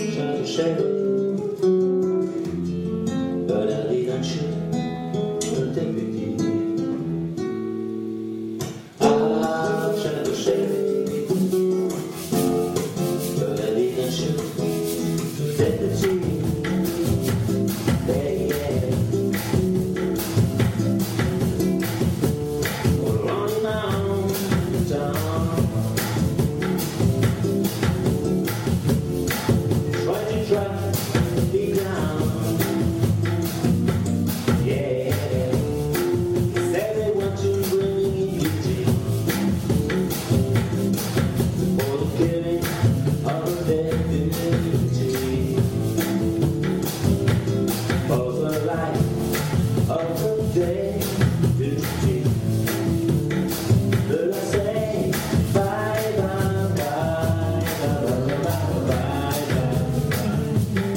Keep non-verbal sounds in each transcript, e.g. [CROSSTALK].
check But I didn't check Until we did I've tried to check But I didn't check Until we did Hey, yeah Run down, down Try to track me down. Yeah. Say they want to bring me guilty. For the killing of a dead divinity. For the life of a dead divinity. But I say, bye, bye, bye, bye, bye, bye, bye, bye, bye.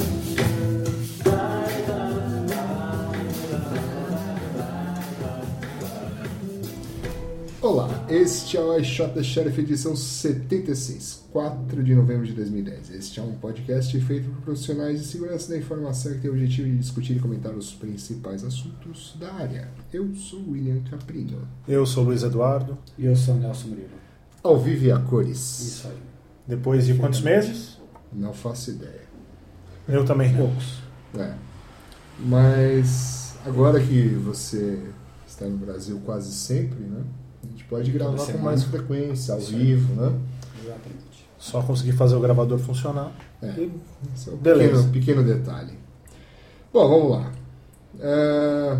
Olá, este é o I Shot the Sheriff edição 76, 4 de novembro de 2010. Este é um podcast feito por profissionais de segurança da informação que tem o objetivo de discutir e comentar os principais assuntos da área. Eu sou o William Caprino. Eu sou o Luiz Eduardo. E eu sou o Nelson Murilo. Ao vivo e a cores. Isso aí. Depois de quantos meses? Não faço ideia. Eu também não. Poucos. É. Mas agora que você está no Brasil quase sempre, né? A gente pode gravar com semana. mais frequência, ao Isso aí. vivo, né? Exatamente. Só consegui fazer o gravador funcionar. É. E Esse é um Beleza. pequeno, pequeno detalhe. Bom, vamos lá. Ah,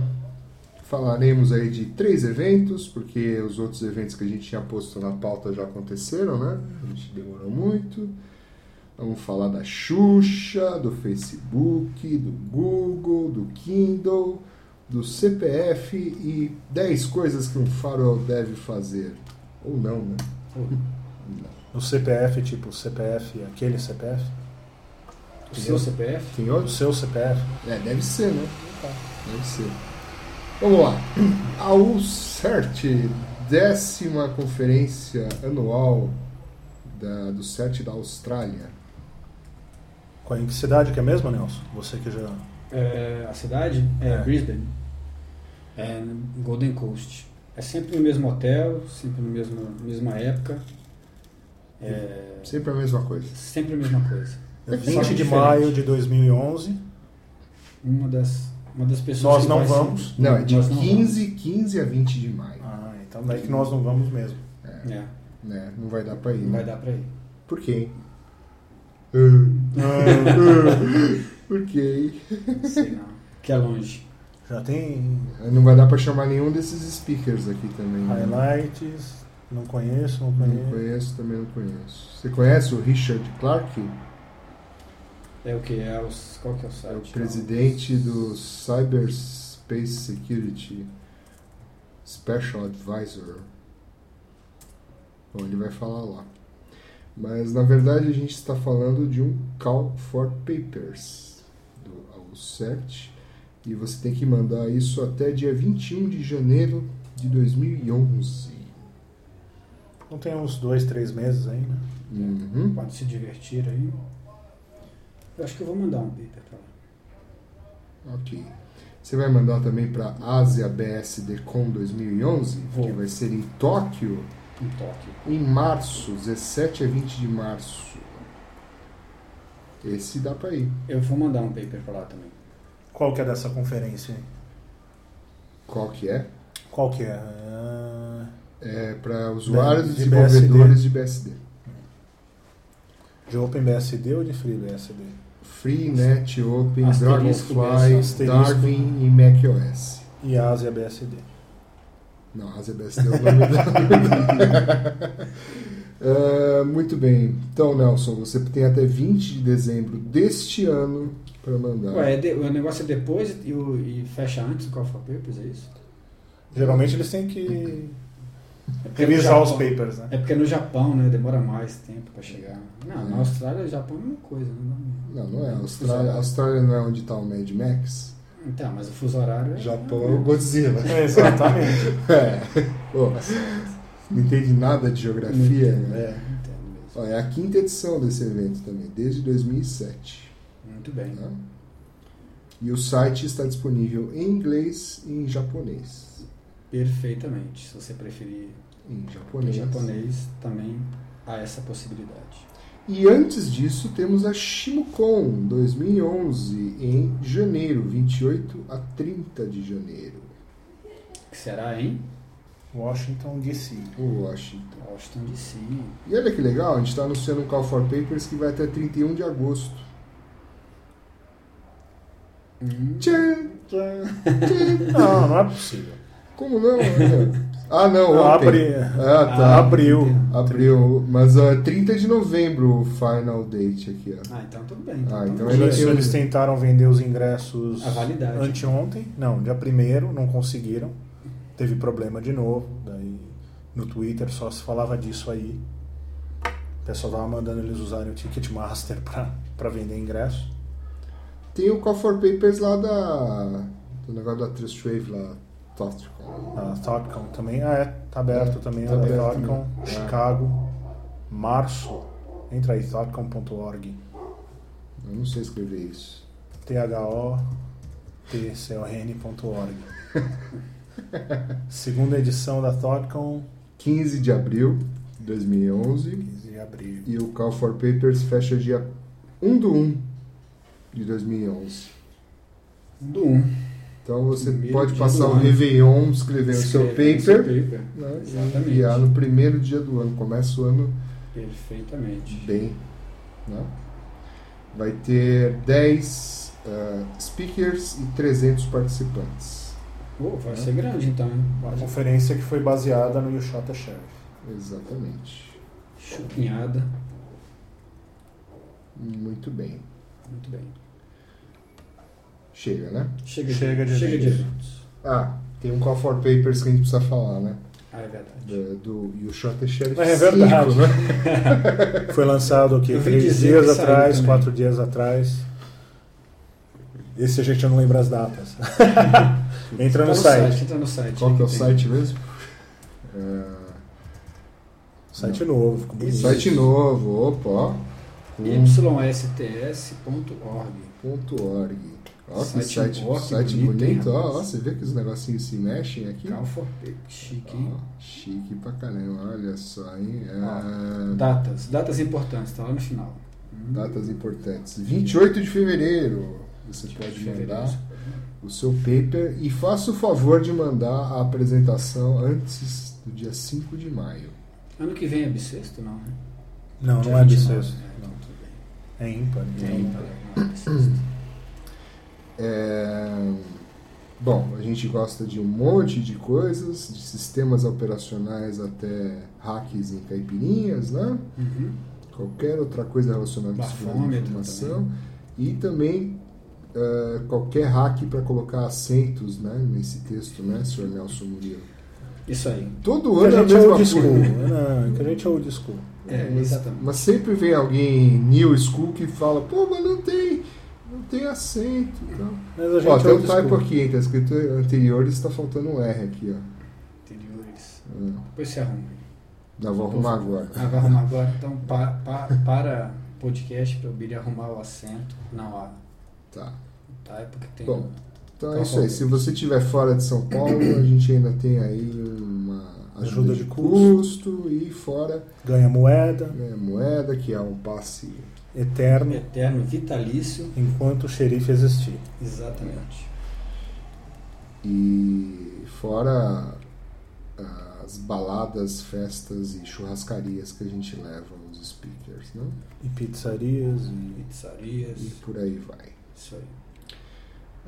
falaremos aí de três eventos, porque os outros eventos que a gente tinha posto na pauta já aconteceram, né? A gente demorou muito. Vamos falar da Xuxa, do Facebook, do Google, do Kindle, do CPF e 10 coisas que um farol deve fazer. Ou não, né? o CPF, tipo, CPF, aquele CPF. O seu CPF? Tem O outros? seu CPF. É, deve ser, né? Deve ser. Vamos lá. [CLEARS THROAT] A UCERT, décima conferência anual da- do CERT da Austrália. Qual em que cidade que é mesmo, Nelson? Você que já. É, a cidade é, É. Brisbane. É, no Golden Coast. É sempre no mesmo hotel, sempre na mesma, mesma época. É, Sempre a mesma coisa. sempre a mesma coisa. É Só 20 que de diferente. maio de 2011. Uma das, uma das pessoas Nós que não vai vamos. sempre- Não, é de nós não 15, 15 a 20 de maio. Ah, então daí que nós não vamos mesmo. vamos. É, Né? Não vai dar pra ir. não vai Né? dar pra ir. Por quê? [LAUGHS] hein? Ah, ah, Por quê? hein? Não sei não. Que é longe. Já tem Não vai dar pra chamar nenhum desses speakers aqui também. né? highlights. Não conheço, não Não é. conheço. conheço, também não conheço. Você conhece o Richard Clark? É o que? É os, qual que é o site? É o presidente do Cyberspace Security Special Advisor. Bom, ele vai falar lá. Mas na verdade a gente está falando de um Call for Papers do AUCERT e você tem que mandar isso até dia 21 de janeiro de 2011. Não tem uns dois, três meses aí, né? Uhum. Pode se divertir aí. Eu acho que eu vou mandar um paper pra lá. Ok. Você vai mandar também para Asia BSDCon 2011, que Vou. vai ser em Tóquio. Um toque. Em março, 17 a 20 de março. Esse dá pra ir. Eu vou mandar um paper pra lá também. Qual que é dessa conferência? aí? Qual que é? Qual que é? Ah, É para usuários e De desenvolvedores de BSD. De OpenBSD ou de FreeBSD? Freenet, Open, Asterisco, Dragonfly, BSD, Darwin e macOS. E Asia BSD. Não, Razer BSD é o nome da... [LAUGHS] Ah, Muito bem. Então, Nelson, você tem até 20 de dezembro deste ano pra mandar. Ué, é de- o negócio é depois e, o- e fecha antes do Call for Papers, é isso? Geralmente eles têm que É porque revisar no os Japão- papers, né? É porque no Japão, né, demora mais tempo pra chegar. Não, na É. Austrália e Japão é a mesma coisa. Né? Não, não é. A Austrália, a Austrália não é onde tá o Mad Max. Então, mas o fuso horário é... Japão é o Godzilla. Exatamente. [LAUGHS] É. Pô, não entende nada de geografia. né? É. Entendo mesmo. Ó, É. a quinta edição desse evento também, desde 2007. Muito bem. né? E o site está disponível em inglês e em japonês. Perfeitamente. Se você preferir Em em japonês. japonês, também há essa possibilidade. E antes disso, temos a Shimocon 2011, em janeiro, 28 a 30 de janeiro. Que será em Washington DC. Washington. Washington DC. E olha que legal, a gente está anunciando um Call for Papers que vai até 31 de agosto. Hum, Tchan, tchan, tchan. Não, não é possível. Como não? Olha. Ah, não, Não, ontem. abre- Ah, tá. Abril. Abriu. Mas ah, 30 de novembro o final date aqui, ó. Ah, então tudo bem. Ah, então tá ele- bom. eu- Isso, eles tentaram vender os ingressos A validade. anteontem. Não, dia primeiro, não conseguiram. Teve problema de novo. Daí no Twitter só se falava disso aí. O pessoal tava mandando eles usarem o Ticketmaster [LAUGHS] pra, pra vender ingresso. Tem o Call for Papers lá da. Do negócio da Trust Wave lá. Totrical. A Thoughtcon também. Ah, é, tá aberto também. tá a aberto Thoughtcon, também. Chicago, março. Entra aí, thoughtcon.org. Eu não sei escrever isso. THOTCON.org. Segunda edição da Thoughtcon, 15 de abril de 2011. 15 de abril. E o Call for Papers fecha dia 1 do 1 de 2011. Do um. Então você Primeiro pode dia passar do o ano. Réveillon escrevendo o seu Escreve no paper. paper. né, e Exatamente. enviar no primeiro dia do ano. Começa o ano Perfeitamente. bem. né? Vai ter 10 ah, speakers e 300 participantes. Pô, vai ser grande então, hein? Uma conferência que foi baseada no You Shot a Sheriff. Exatamente. Chupinhada. Muito bem. Muito bem. Chega, né? Chega, Chega de chega de eventos. eventos. Ah, tem um Call for Papers que a gente precisa falar, né? Ah, é [LAUGHS] verdade. Do, do You Shot the Sheriff É 5, verdade. né? [LAUGHS] Foi lançado o quê? Eu vi Três dizer dias que saiu atrás, também. quatro dias atrás. Esse a gente não lembra as datas. Entra no Tá site. Entra no site. Qual que é o Tem. site mesmo? Ah, Site novo. ficou bonito. site novo, opa, ó. Com YSTS.org. Ponto .org. Ó, que Site site, ó, que site bonito, bonito. hein, ó, rapaz? ó, você vê que os negocinhos se mexem aqui? Call for Paper. Chique, hein? Ó, chique pra caramba, olha só, hein? Ah, Datas. Datas importantes, tá lá no final. Hum. datas importantes. 28 de fevereiro. Você pode mandar o seu paper e faça o favor de mandar a apresentação antes do dia 5 de maio. Ano que vem é bissexto, não, né? Não, não Dia é 29, bissexto. né? Então, tudo bem. É ímpar. É então. ímpar, não é bissexto. É, Bom, a gente gosta de um monte de coisas, de sistemas operacionais até hacks em caipirinhas, né? Uhum. qualquer outra coisa relacionada com segurança da Bafômetro informação e também eh, qualquer hack para colocar acentos né, nesse texto, né, Sr. Nelson Murilo? Isso aí. Todo Que a ano é a gente é mesma old coisa. school. Não, que a gente é old school. É, mas, exatamente. mas sempre vem alguém new school que fala, pô, mas não tem, não tem acento. Então. Mas a gente Ó, é tem um old typo school. aqui, hein, tá escrito anteriores, está faltando um R aqui, ó. Interiores. Ah, Depois se arruma. Não, vou arrumar agora. Ah, vai arrumar agora. Então, pa, pa, para podcast, para o Billy arrumar o assento na hora. Tá. Tá? É porque tem. Bom. Então é Tá isso bom. aí. Se você estiver fora de São Paulo, a gente ainda tem aí uma ajuda, Ajuda de, de custo. e fora Ganha moeda, né, moeda, que é um passe. eterno, um Eterno, vitalício. enquanto o xerife existir. Exatamente. E fora ah, as baladas, festas e churrascarias que a gente leva os speakers, né? E pizzarias e... Pizzarias. E por aí vai. Isso aí.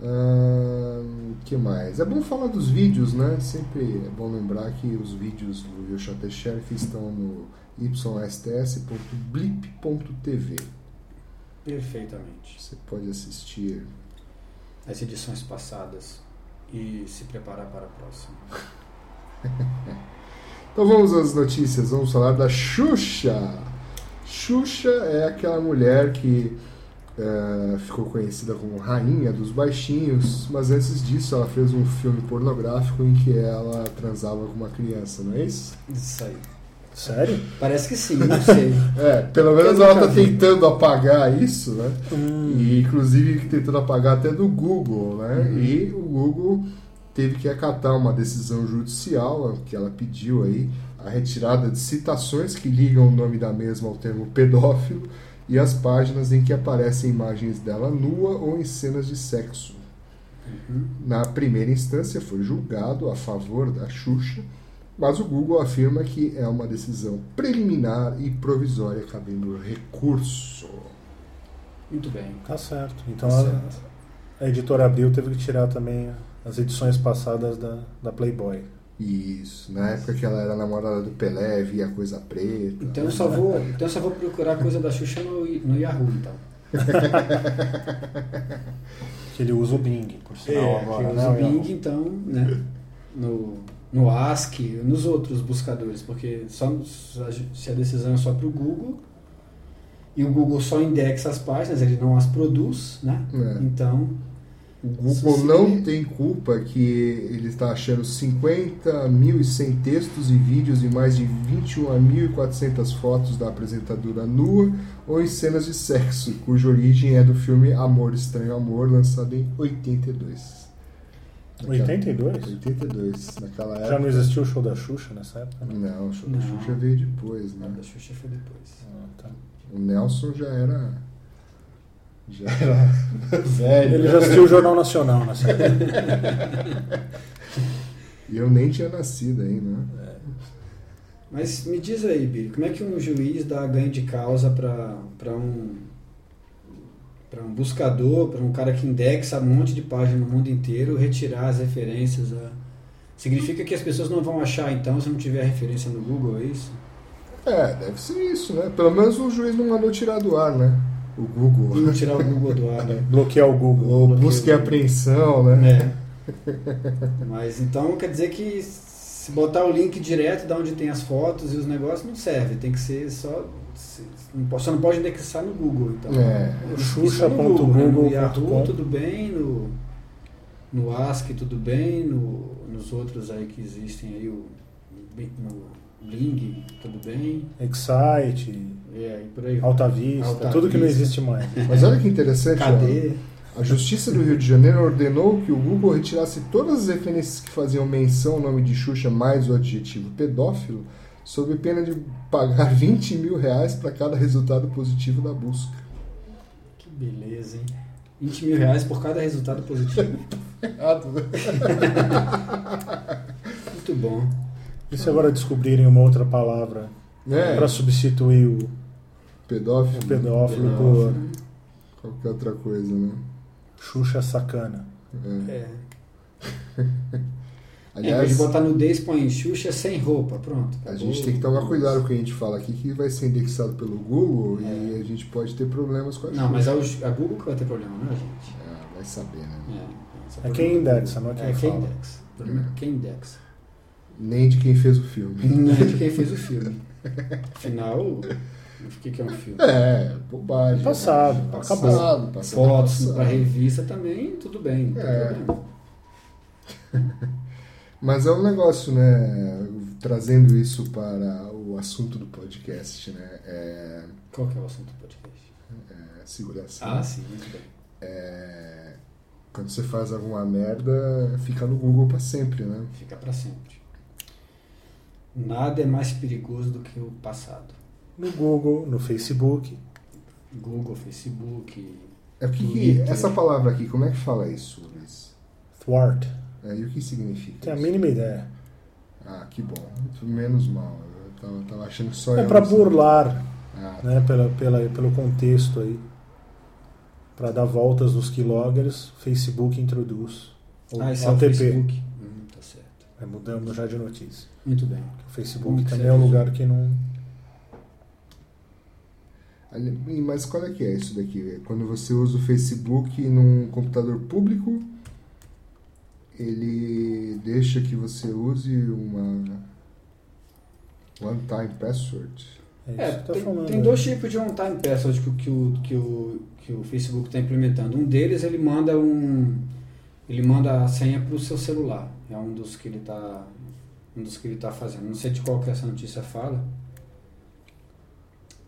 Ahn, que mais? É bom falar dos vídeos, né? Sempre é bom lembrar que os vídeos do Yoshate Sheriff estão no ysts.blip.tv. Perfeitamente. Você pode assistir. As edições passadas e se preparar para a próxima. Então vamos às notícias, vamos falar da Xuxa. Xuxa é aquela mulher que eh, ficou conhecida como Rainha dos Baixinhos, mas antes disso ela fez um filme pornográfico em que ela transava com uma criança, não é isso? Isso aí. Sério? Parece que sim, não sei. É, pelo menos Eu ela nunca tá vi. tentando apagar isso, né? Hum. E, inclusive tentando apagar até do Google, né? E o Google teve que acatar uma decisão judicial que ela pediu aí a retirada de citações que ligam o nome da mesma ao termo pedófilo e as páginas em que aparecem imagens dela nua ou em cenas de sexo. Uhum. Na primeira instância foi julgado a favor da Xuxa, mas o Google afirma que é uma decisão preliminar e provisória cabendo recurso. Muito bem. Tá certo. Então Tá a- certo. a editora Abril teve que tirar também as edições passadas da, da Playboy. Isso, na época que ela era namorada do Pelé, via coisa preta. Então eu só vou, então eu só vou procurar coisa da Xuxa no, no Yahoo, então. Que ele usa o Bing, por sinal, É, agora. que né, usa o Will? Bing, então, né? No, no ASCII, nos outros buscadores, porque só, se a decisão é só para o Google, e o Google só indexa as páginas, ele não as produz, né? É. Então, O Isso Google sim. não tem culpa que ele está achando 50.100 textos e vídeos e mais de 21.400 fotos da apresentadora nua ou em cenas de sexo, cuja origem é do filme Amor Estranho Amor, lançado em 82. Naquela- 82? 82, naquela época. É. Já não existia o show da Xuxa nessa época? né? Não, o show da Não. Xuxa veio depois, a né? da Xuxa foi depois. Ah, tá. O Nelson já era. Já era [LAUGHS] velho. Ele já assistiu o Jornal Nacional nessa época. E eu nem tinha nascido ainda, né? Mas me diz aí, Bílio, como é que um juiz dá ganho de causa para um, pra um buscador, para um cara que indexa um monte de página no mundo inteiro, retirar as referências? A... Significa que as pessoas não vão achar então se não tiver referência no Google, é isso? É, deve ser isso, né? Pelo menos o juiz não mandou tirar do ar, né? O E Google. não tirar o Google do ar. né? Bloquear o Google. Ou busca e apreensão, né? É. [LAUGHS] Mas então quer dizer que se botar o link direto da onde tem as fotos e os negócios não serve, tem que ser só. se- não po- Só não pode indexar no Google, então. É. Isso é no Google, né? No Xuxa.google.com. Yahoo, tudo bem, no, no ASCII, tudo bem, no, nos outros aí que existem aí, o, no Bing, tudo bem, Excite, é, e por aí. vai. Alta Vista, é Alta tudo que não Vista. existe mais. Mas olha que interessante, ó. Cadê? A Justiça do Rio de Janeiro ordenou que o Google retirasse todas as referências que faziam menção ao nome de Xuxa mais o adjetivo pedófilo, sob pena de pagar [LAUGHS] 20 mil reais para cada resultado positivo da busca. [LAUGHS] Que beleza, hein? 20 mil reais por cada resultado [LAUGHS] positivo. Ah, tudo bem. Muito bom. E se agora descobrirem uma outra palavra É, pra substituir o, É pedófilo. o pedófilo Pedófilo. Qualquer outra coisa, né? por Xuxa Sacana? É. É. em vez de Aliás, botar nudez, põe Xuxa sem roupa, pronto. a gente tem que tomar cuidado com o que a gente fala aqui, que vai ser indexado pelo Google e a gente pode ter problemas com né? a Não, mas Xuxa. é o- a Google que vai ter problema, né, gente? Ah, vai saber, né? É, esse É quem o problema. indexa, não é quem fala. indexa. O problema é quem indexa. Nem de quem fez o filme. [LAUGHS] Não é de quem fez o filme. [LAUGHS] Afinal, o que que é um filme? É, bobagem. Passado, passado, acabou. passado, Fotos né? passado. para revista também, tudo bem. não tem É. problema. Mas é um negócio, né? Trazendo isso para o assunto do podcast, né? É, Qual que é o assunto do podcast? é segurança. Ah, sim, muito bem. É, quando você faz alguma merda, fica no Google para sempre, né? Fica para sempre. Nada é mais perigoso do que o passado. No Google, no Facebook, Google, Facebook, É, o que que- Twitter. essa palavra aqui, como é que fala isso, Luiz? Thwart. É, e o que significa? Tem a isso? mínima ideia. Ah, que bom. Muito menos mal. Eu tava, tava achando que só É eu pra mesmo. burlar, Ah, né, pela, pela, pelo contexto aí. Pra dar voltas nos quiloggers, Facebook introduz o ah, esse é o ATP. Facebook. Hum, tá certo. É, mudamos já de notícia. Muito bem. O Facebook Muito também é um certo. lugar que não. ali- Ih, mas qual é que é isso daqui? É Quando você usa o Facebook num computador público, ele deixa que você use uma one-time password. É, É, isso que tá tem, falando. tem né? dois tipos de on-time password que, o- que, o, que, o, que o Facebook está implementando. Um deles ele manda um ele manda a senha para o seu tá celular. É um dos que ele está um dos que ele tá fazendo. Não sei de qual que essa notícia fala,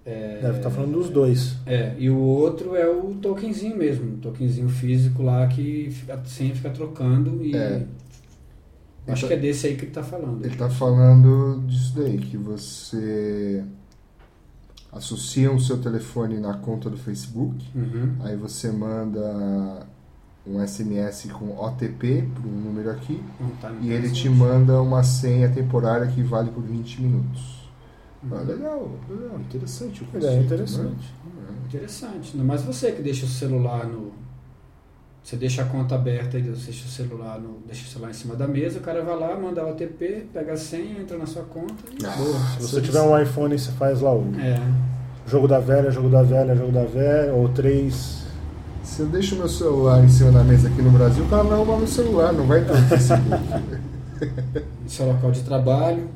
É, Deve estar falando dos dois. É, e o outro é o tokenzinho mesmo, o tokenzinho físico lá que fica, a senha fica trocando e. É. Acho Então- que é desse aí que ele tá falando. Ele tá falando disso daí, que você associa o seu telefone na conta do Facebook, Uhum. aí você manda um SMS com OTP para um número aqui, Não tá no e ele te presente. manda uma senha temporária que vale por 20 minutos. Ah, Uhum. legal, legal, interessante o conceito. É interessante. né? Interessante. Ainda mais você que deixa o celular no. Você deixa a conta aberta e deixa o celular no. Deixa o celular em cima da mesa, o cara vai lá, manda o OTP, pega a senha, entra na sua conta e. Ah, Boa. Se você tiver um iPhone, você faz lá o É. jogo da velha, jogo da velha, jogo da velha, ou três. Se eu deixo meu celular em cima da mesa aqui no Brasil, o cara vai roubar meu celular, não vai entrar no Facebook. Seu local de trabalho,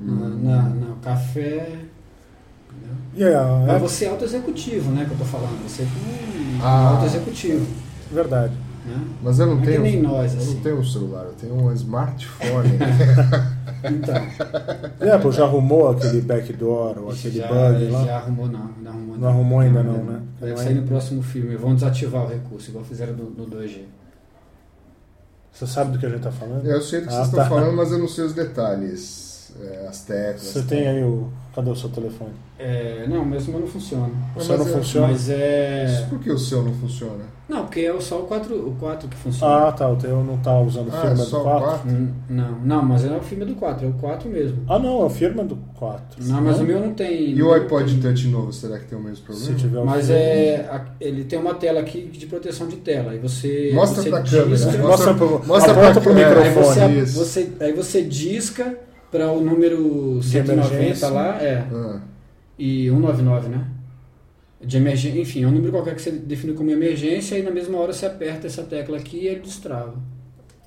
na, Hum. na, na- café. entendeu? E é, é Mas você é auto-executivo, né? Que eu tô falando. Você que é Ah. auto-executivo. verdade. Né? Mas eu não Não é que tenho. nem nós, eu assim. não tenho um celular, eu tenho um smartphone. Então, E Apple É, já arrumou aquele backdoor ou isso aquele já, bug lá? já arrumou, não. Não arrumou, Não arrumou ainda não, né? Deve Não sair é? no próximo filme. Vão desativar o recurso, igual fizeram no, no 2G. Você sabe do que a gente tá falando? eu sei do que Ah, vocês estão tá. falando, mas eu não sei os detalhes. é, as teclas. Você tem aí o. Cadê o seu telefone? É, não, mesmo não funciona. O Mas seu não é- funciona? Mas é. Mas Por que o seu não funciona? Não, porque é só o 4, o 4 que funciona. Ah, tá. O teu não tá usando Ah, é firma só o do 4? quatro? Hum, Não, não, mas é o filme do 4, é o 4 mesmo. Ah, né? não. É o firma do 4. Não, mas o meu não tem. E o não iPod tem. Touch novo, será que tem o mesmo problema? Se tiver o Mas firma- é. a- Ele tem uma tela aqui de proteção de tela. Aí você. Mostra você pra câmera. né? disca- Mostra pro- mostra aponta pra pro câmera. Aí você, microfone, isso. você- aí você disca para o número emergência. 190 lá, é, Ah, e 199, né? De emergência, enfim, é um número qualquer que você define como emergência e na mesma hora você aperta essa tecla aqui e ele destrava.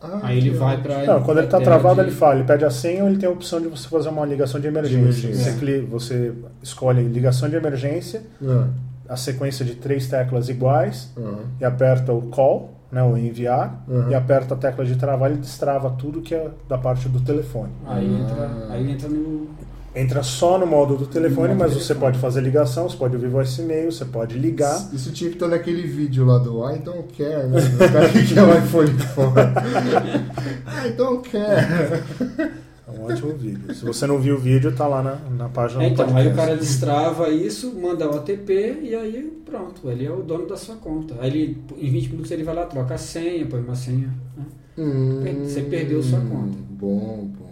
ah, aí ele que vai legal. para Não, quando ele É, tá travado, ele fala, ele pede a senha ou ele tem a opção de você fazer uma ligação de emergência. De emergência. Você, cli- você escolhe ligação de emergência, Ah, a sequência de três teclas iguais, ah. e aperta o call, né, o enviar, Uhum. e aperta a tecla de travar, ele destrava tudo que é da parte do telefone. Aí entra, aí entra no Entra só no modo do telefone, modo mas do você telefone. pode fazer ligação, você pode ouvir voicemail, você pode ligar. Isso tinha que estar naquele vídeo lá do I don't care, né? [LAUGHS] O cara que quer o iPhone [LAUGHS] Ah, então fora. I don't care. É um ótimo vídeo. Se você não viu o vídeo, tá lá na, na página É, do então, aí podcast. o cara destrava isso, manda o ATP e aí pronto, ele é o dono da sua conta. Aí ele, em 20 minutos ele vai lá, troca a senha, põe uma senha. né? Hum, Você perdeu sua conta. Bom, bom.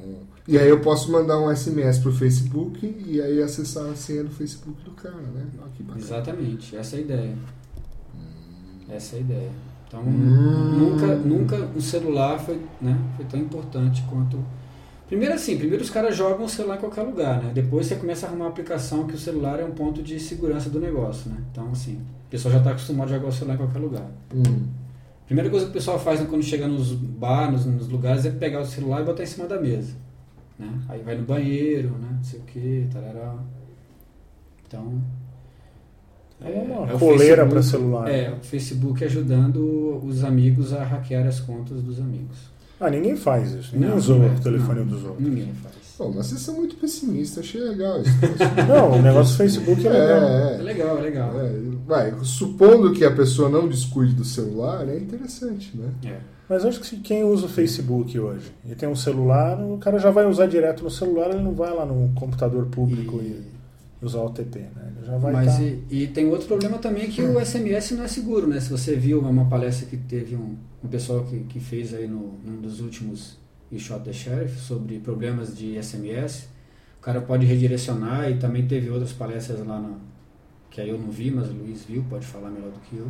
E aí eu posso mandar um SMS pro Facebook e aí acessar a senha do Facebook do cara, né? Olha que bacana. Exatamente, essa é a ideia. Essa é a ideia. Então, Hum. nunca, nunca o celular foi, né, foi tão importante quanto. Primeiro assim, primeiro os caras jogam o celular em qualquer lugar, né? Depois você começa a arrumar uma aplicação que o celular é um ponto de segurança do negócio, né? Então, assim, o pessoal já está acostumado a jogar o celular em qualquer lugar. Hum. Primeira coisa que o pessoal faz quando chega nos bar, nos, nos lugares, é pegar o celular e botar em cima da mesa. Né? Aí vai no banheiro, né? não sei o que, tarará. Então. É uma o coleira pra Facebook- celular. É, o Facebook ajudando os amigos a hackear as contas dos amigos. Ah, ninguém faz isso. Ninguém Não, usou não é. o telefone Não. dos outros. Ninguém faz. Pô, mas vocês são muito pessimistas, achei legal [LAUGHS] isso. Não, o negócio do Facebook é legal. É legal, é legal. É, vai, supondo que a pessoa não descuide do celular, é interessante, né? É. Mas acho que se quem usa o Facebook hoje e tem um celular, o cara já vai usar direto no celular, ele não vai lá no computador público e, usar o OTP, né? Ele já vai Mas tá- e, e tem outro problema também que o SMS não é seguro, né? Se você viu uma palestra que teve um, um pessoal que, que fez aí no, num dos últimos e Shot the Sheriff sobre problemas de SMS, o cara pode redirecionar e também teve outras palestras lá na, que aí eu não vi, mas o Luiz viu, pode falar melhor do que eu,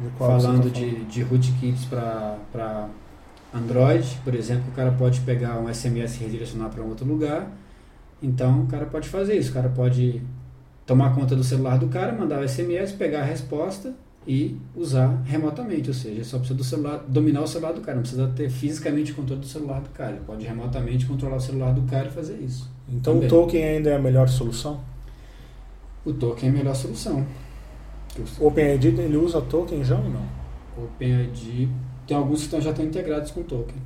de qual você tá falando de, de rootkits para Android, por exemplo, o cara pode pegar um SMS e redirecionar para outro lugar. Então, o cara pode fazer isso. O cara pode tomar conta do celular do cara, mandar o SMS, pegar a resposta e usar remotamente. Ou seja, só precisa do celular, dominar o celular do cara. Não precisa ter fisicamente o controle do celular do cara. Ele pode remotamente controlar o celular do cara e fazer isso. Então também. o token ainda é a melhor solução? O token é a melhor solução. OpenID ele usa token já ou não? O OpenID tem alguns que tão- já estão integrados com o token.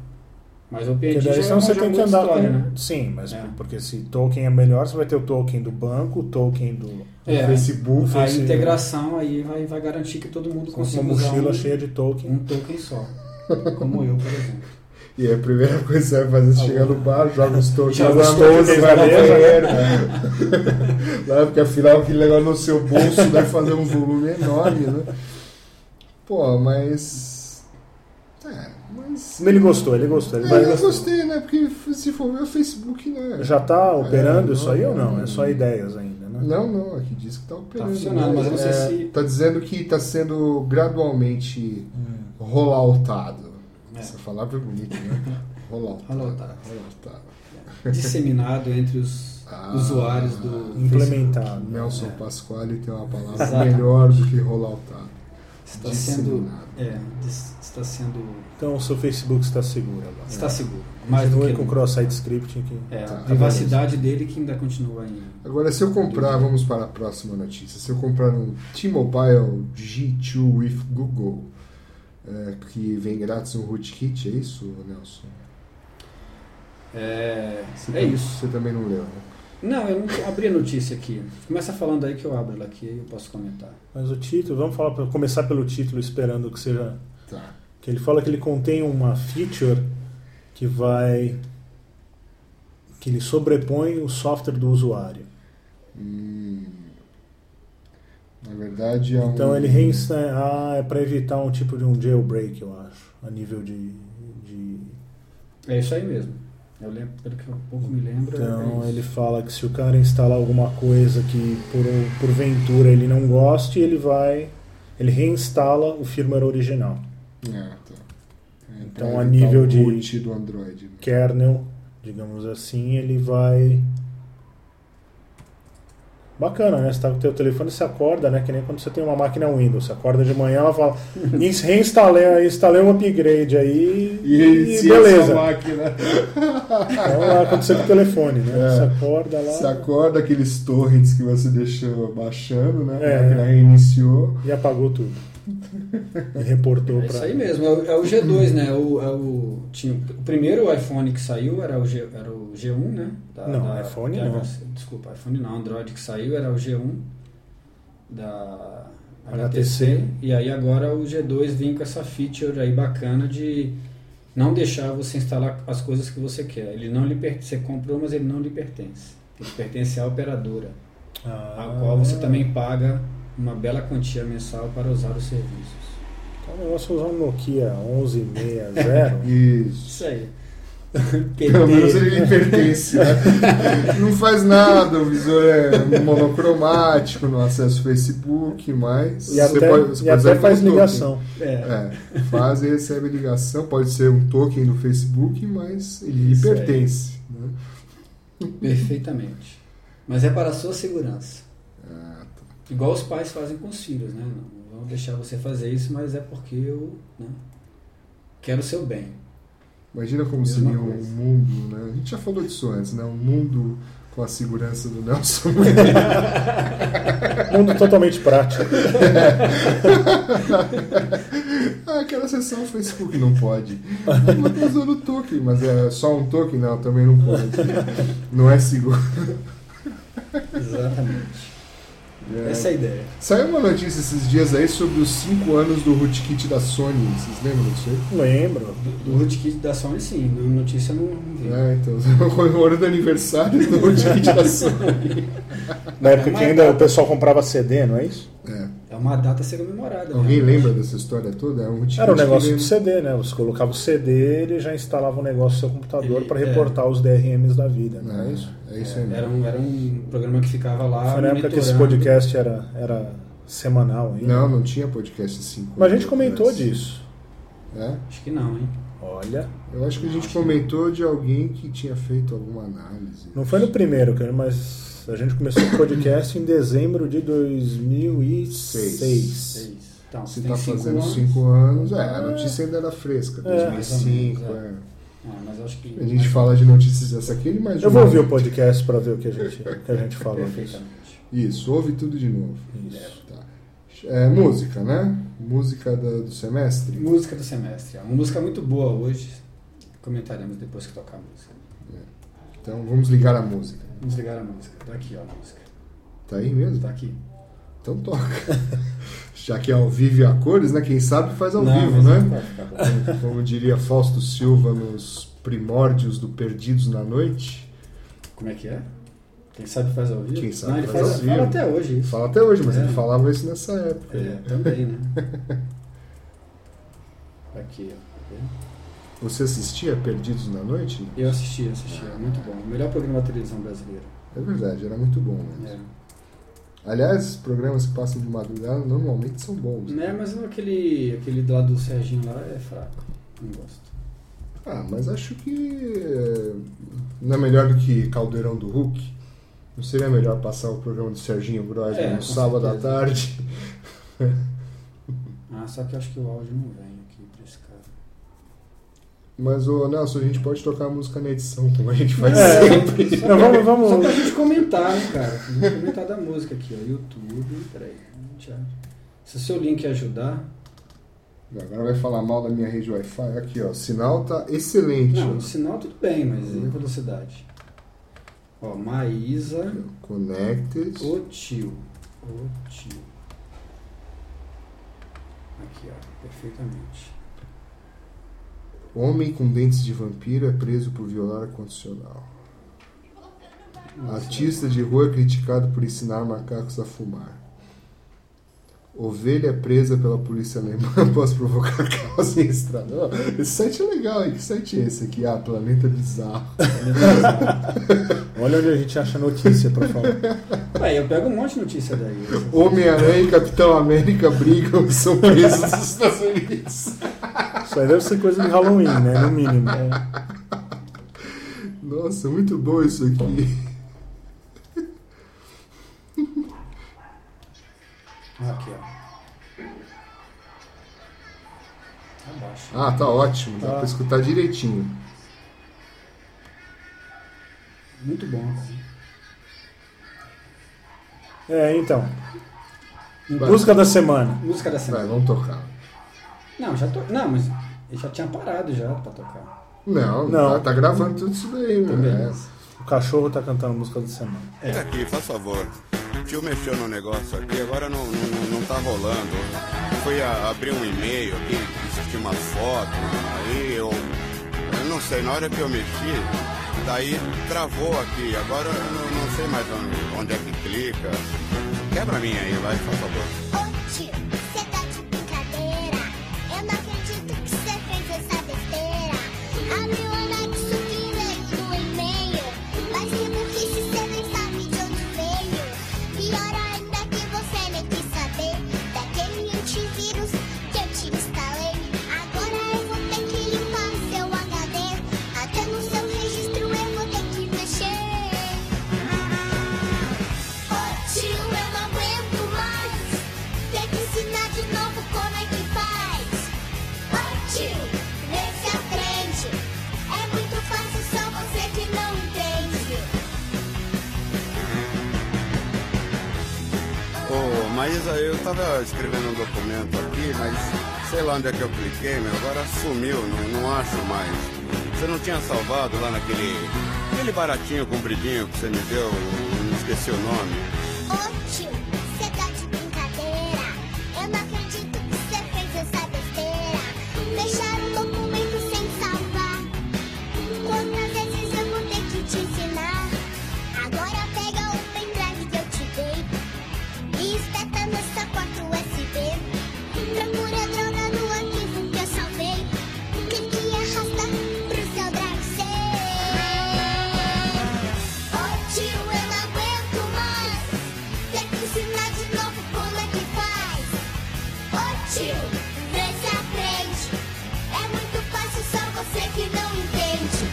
Mas o Porque PNG já daí é senão um você jogo tem que de andar história, com. né? Sim, mas É. porque se token é melhor, você vai ter o token do banco, o token do. É, um Facebook, a esse- integração aí vai, vai garantir que todo mundo Com uma consiga usar mochila um, cheia de token. um token só. Como eu, por exemplo. E a primeira coisa que você vai fazer é chegar no bar, joga os tokens na Joga os mão, tokens vai na no mesa. banheiro. né? [LAUGHS] Lá, porque afinal aquele negócio no seu bolso vai fazer um volume enorme, né? Pô, mas. É, mas. Ele gostou, ele gostou. Ele vai É, eu gostar. gostei, né? Porque se for ver o Facebook, né? Já tá operando É, isso aí não, ou não? não. É hum. só ideias ainda, né? Não, não, aqui diz que tá operando. funcionando, mas eu não sei É, se- Tá dizendo que tá sendo gradualmente Hum. rolautado. É. Essa palavra é bonita, [LAUGHS] né? Rolautado. Rolautado. Rolautado. Disseminado entre os Ah, usuários do Implementado. Nelson Pasquale tem uma palavra É. Exato. melhor do que Tá rolautado. Está sendo, Disseminado. é, dis- está sendo, Então o seu Facebook está seguro agora. está seguro. Mais do Continue que É. com o nunca. cross-site scripting que é, Tá, a privacidade dele que ainda continua em Agora, se eu comprar, vamos para a próxima notícia. Se eu comprar um T-Mobile G2 with Google, é, que vem grátis um rootkit, é isso, Nelson? É, Você é tá tam- isso. Você também não leu, né? Não, eu não abri a notícia aqui. Começa falando aí que eu abro ela aqui e eu posso comentar. Mas o título, vamos falar pra- começar pelo título, esperando que seja. Tá. Que ele fala que ele contém uma feature que vai. que ele sobrepõe o software do usuário. Hum, na verdade, é um... Então ele reinsta. Ah, é para evitar um tipo de um jailbreak, eu acho. A nível de. de- É isso aí mesmo. Eu lembro, pelo que eu pouco me lembro. Então é ele isso. fala que se o cara instalar alguma coisa que por, um, porventura ele não goste, ele vai. ele reinstala o firmware original. É, tá. É, pra Então, evitar a nível o de- root do Android. né? kernel, digamos assim, ele vai. Bacana, né? Você tá com o teu telefone, você acorda, né? Que nem quando você tem uma máquina Windows. Você acorda de manhã, ela fala, "Ins- reinstalei, instalei um upgrade aí E, é e, se essa beleza. máquina... Então lá aconteceu com o telefone, né? É. Você acorda lá Você acorda aqueles torrents que você deixou baixando, né? É. A máquina reiniciou. e apagou tudo. E reportou É pra. isso aí mesmo. É o, é o G2, né? O, é o, tinha, o primeiro iPhone que saiu era o, G, era o G1, né? Da- Não, da- iPhone da não. HC desculpa, iPhone não. Android que saiu era o G1 da HTC. HTC. E aí agora o G2 vem com essa feature aí bacana de não deixar você instalar as coisas que você quer. Ele não lhe pertence. Você comprou, mas ele não lhe pertence. Ele pertence à operadora, a Ah, qual você também paga uma bela quantia mensal para usar os serviços. Então o negócio é usar um Nokia 1160. Isso. [LAUGHS] Isso aí. Pelo menos PT. ele lhe pertence, [LAUGHS] né? Não faz nada, o visor é monocromático, não acessa o Facebook, mas. e até, e usar ele até como faz token. ligação. É. É, faz e recebe ligação, pode ser um token do Facebook, mas ele lhe Isso aí. pertence. Né? Perfeitamente. Mas é para a sua segurança. Ah, tá. Igual os pais fazem com os filhos, né? Não não vão deixar você fazer isso, mas é porque eu né, quero o seu bem. Imagina como Mesma seria um coisa. mundo, né? A gente já falou disso antes, né? Um mundo com a segurança do Nelson. Mundo totalmente prático. [LAUGHS] ah, aquela sessão Facebook não pode. Mas tá usando o token, mas é só um token? Não, também não pode. Não é seguro. Exatamente. É. [LAUGHS] Essa é a ideia. Saiu uma notícia esses dias aí sobre os 5 anos do rootkit da Sony. Vocês lembram disso aí? Lembro. Do, do rootkit da Sony, um sim. No notícia eu não não vi. É, então, [LAUGHS] comemorando o aniversário do rootkit da Sony. Na época que ainda o pessoal comprava CD, não é isso? É. É uma data a ser comemorada. Alguém né? lembra dessa história toda? É um rootkit Era um que negócio veio- de CD, né? Você colocava o CD, ele já instalava um negócio no seu computador Ele- para é. reportar os DRMs da vida, não é, É isso? isso, é isso aí Era mesmo. um, era um programa que ficava lá. Foi na época que esse monitorando. podcast era, era semanal ainda. Não, não tinha podcast 5. Mas a gente comentou disso. É? Acho que não, hein? Olha. Eu acho que a gente comentou de alguém que tinha feito alguma análise. Não foi no primeiro, cara, mas a gente começou o podcast em dezembro de 2006. É Seis. isso. Então, Se tem tá cinco fazendo anos. 5 anos, é, a notícia ainda era fresca, É. 2005, Mais ou é. Ah, mas acho que. A gente fala de notícias dessa aqui, ele imagina. Eu vou ouvir o podcast para ver o que a gente, o que a gente falou disso. Perfeitamente. Isso, ouve tudo de novo. Isso. Tá. É, música, né? Música da- do semestre? É Música do semestre. Uma música muito boa hoje. Comentaremos depois que tocar a música. Então vamos ligar a música. Vamos ligar a música. Tá aqui, ó, a música. Tá aí mesmo? Tá aqui. Então toca. [LAUGHS] Já que é ao vivo e a cores, né? Quem sabe faz ao Não, vivo, mas é né? não vai ficar bom. Como diria Fausto Silva nos primórdios do Perdidos na Noite. Como é que é? Quem sabe faz ao vivo? Quem sabe Não, ele faz faz, ao vivo. fala até hoje isso. Fala até hoje, mas É. ele falava isso nessa época. É, né? [LAUGHS] também, né? Aqui, ó. Você assistia Perdidos na Noite? Eu assisti, assisti. É muito bom. O melhor programa da televisão brasileira. É verdade, era muito bom. Né? É. Aliás, programas que passam de madrugada normalmente são bons. Né, mas aquele, aquele lá do Serginho lá é fraco. Não gosto. Ah, mas acho que eh, não é melhor do que Caldeirão do Hulk. Não seria melhor passar o programa do Serginho Gross É, no com sábado à certeza. tarde? Ah, só que eu acho que o áudio não vem aqui pra esse cara. Mas, ô Nelson, a gente pode tocar a música na edição, como a gente faz É. sempre. Não, vamos, Só pra vamos. gente comentar, né, cara? Pra gente comentar da música aqui, ó. YouTube, peraí. a gente acha. Se o seu link ajudar. Agora vai falar mal da minha rede Wi-Fi. Aqui, ó. O sinal tá excelente. Não, o sinal tudo bem, mas e a velocidade? Ó, Maísa, Conectes. o tio. O tio. Aqui, ó, perfeitamente. Homem com dentes de vampiro é preso por violar condicional. Artista de rua é criticado por ensinar macacos a fumar. Ovelha é presa pela polícia alemã [LAUGHS] após provocar caos em estrada. Ó, Esse site é legal, hein? Que site é esse aqui? Ah, Planeta Bizarro. Olha onde a gente acha notícia pra falar. Ué, eu pego um monte de notícia daí. Homem-Aranha e Capitão América brigam [LAUGHS] e são presos nos Estados Unidos. Isso aí deve ser coisa de Halloween, né? No mínimo. Nossa, muito bom isso aqui. Ah, Aqui, ó. Tá baixo. Ah, tá ótimo. Dá Tá. pra escutar direitinho. Muito bom. cara. É, então. Vai. Busca da semana. Música da semana. Vai, vamos tocar. Não, já to... Não, mas ele já tinha parado já pra tocar. Não, Não. Tá, tá gravando tudo isso daí, né? Beleza. O cachorro tá cantando música da semana. Olha aqui, faz favor. O tio mexeu no negócio aqui, agora não, não, não- não tá rolando. Fui a- abrir um e-mail aqui, assisti uma foto, aí eu. Eu não sei, na hora que eu mexi, daí travou aqui, agora eu não, não sei mais onde, onde é que clica. Quebra a minha aí, vai, faz favor. Ô tio, você tá de brincadeira? Eu não acredito que você fez essa besteira. Abriu o anexo direito do e-mail. Mas que burrice, você nem sabe de onde veio. Pior ainda que você nem quis saber daquele antivírus que eu te instalei. Agora eu vou ter que limpar o seu HD. Até no seu registro eu vou ter que mexer. Ô tio, eu não aguento mais. Tem que ensinar de novo como é que faz. Ô tio, vê se aprende. É muito fácil, só você que não entende. Ô, Maísa, eu tava escrevendo um documento aqui, mas sei lá onde é que eu cliquei, meu, agora sumiu, não, não acho mais. Você não tinha salvado lá naquele. aquele baratinho compridinho que você me deu, eu não esqueci o nome. Ô tio, você tá de brincadeira. Eu não acredito que você fez essa besteira. Deixar o documento sem salvar. Quantas vezes eu vou ter que te ensinar? Agora pega o pendrive que eu te dei. E espeta no seu quarto USB. Procura a droga no arquivo que eu salvei. Clique e arrasta pro seu drive safe. Ô tio, eu não aguento mais. Tem que ensinar de novo como é que faz. Ô tio, vê se aprende. É muito fácil, só você que não entende.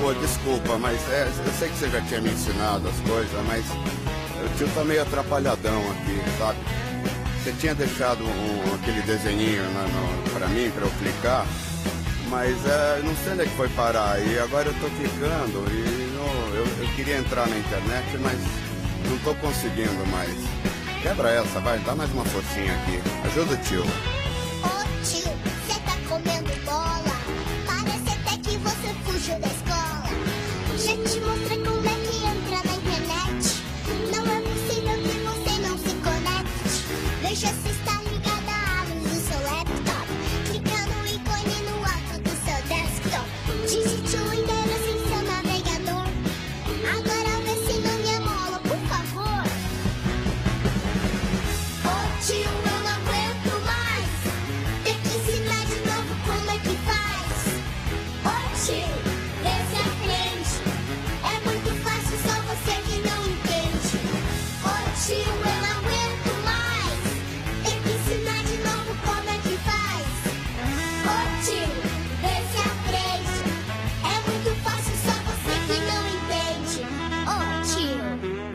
Pô, desculpa, mas é, eu sei que você já tinha me ensinado as coisas, mas o tio tá meio atrapalhadão aqui, sabe? Você tinha deixado um- aquele desenhinho na, no, pra mim, pra eu clicar, mas é, não sei onde é que foi parar. E agora eu tô clicando e não- eu, eu queria entrar na internet, mas não tô conseguindo mais. Quebra essa, vai, dá mais uma forcinha aqui. Ajuda o tio. Ô tio, cê tá comendo bola? Parece até que você fugiu da escola. Já te mostrei como é que entra na internet. Não é possível que você não se conecte. Veja se está ligada à luz do seu laptop. Clica no ícone no alto do seu desktop. Digite o endereço em seu navegador. Agora vê se não me amola, por favor. É Ô tio, eu não aguento mais. Tem que ensinar de novo como é que faz. Ô tio, esse aprende. É muito fácil, só você que não entende. Ô tio, eu não aguento mais. Tem que ensinar de novo como é que faz. Ô tio, esse aprende. É muito fácil, só você que não entende. Ô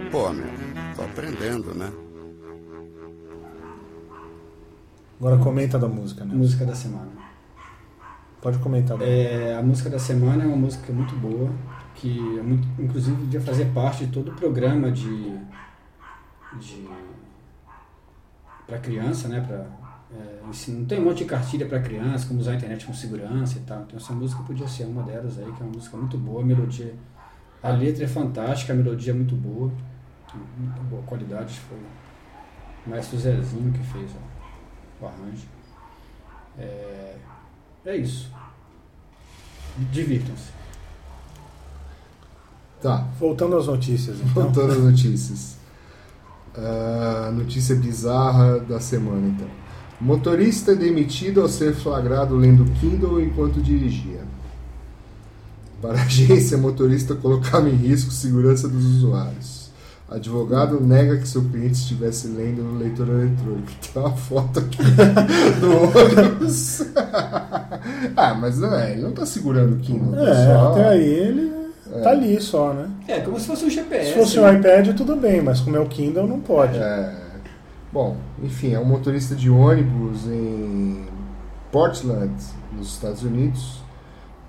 tio. Pô, meu, tô aprendendo, né? Agora comenta da música, né? Música da semana. Pode comentar. da- É, a música da semana é uma música muito boa, que é muito- inclusive devia fazer parte de todo o programa de. de para criança, né? Pra, é, ensino- tem um monte de cartilha para criança, como usar a internet com segurança e tal. Então essa música podia ser uma delas aí, que é uma música muito boa, a melodia. A letra é fantástica, a melodia é muito boa, muito boa qualidade. Foi o maestro Zezinho que fez ó, o arranjo. É, é isso. Divirtam-se. Tá, Voltando às notícias, então. Voltando às notícias. Ah, notícia bizarra da semana, então. Motorista é demitido ao ser flagrado lendo Kindle enquanto dirigia. Para a [LAUGHS] agência, motorista colocava em risco segurança dos usuários. Advogado nega que seu cliente estivesse lendo no leitor eletrônico. [LAUGHS] Tem uma foto aqui [LAUGHS] do ônibus. [LAUGHS] ah, mas não é, ele não tá segurando o Kindle. tá? É, Só- até aí ele tá ali só, né? É, como se fosse um GPS. Se fosse um iPad, tudo bem, mas como é o Kindle, não pode. É. Bom, enfim, é um motorista de ônibus em Portland, nos Estados Unidos.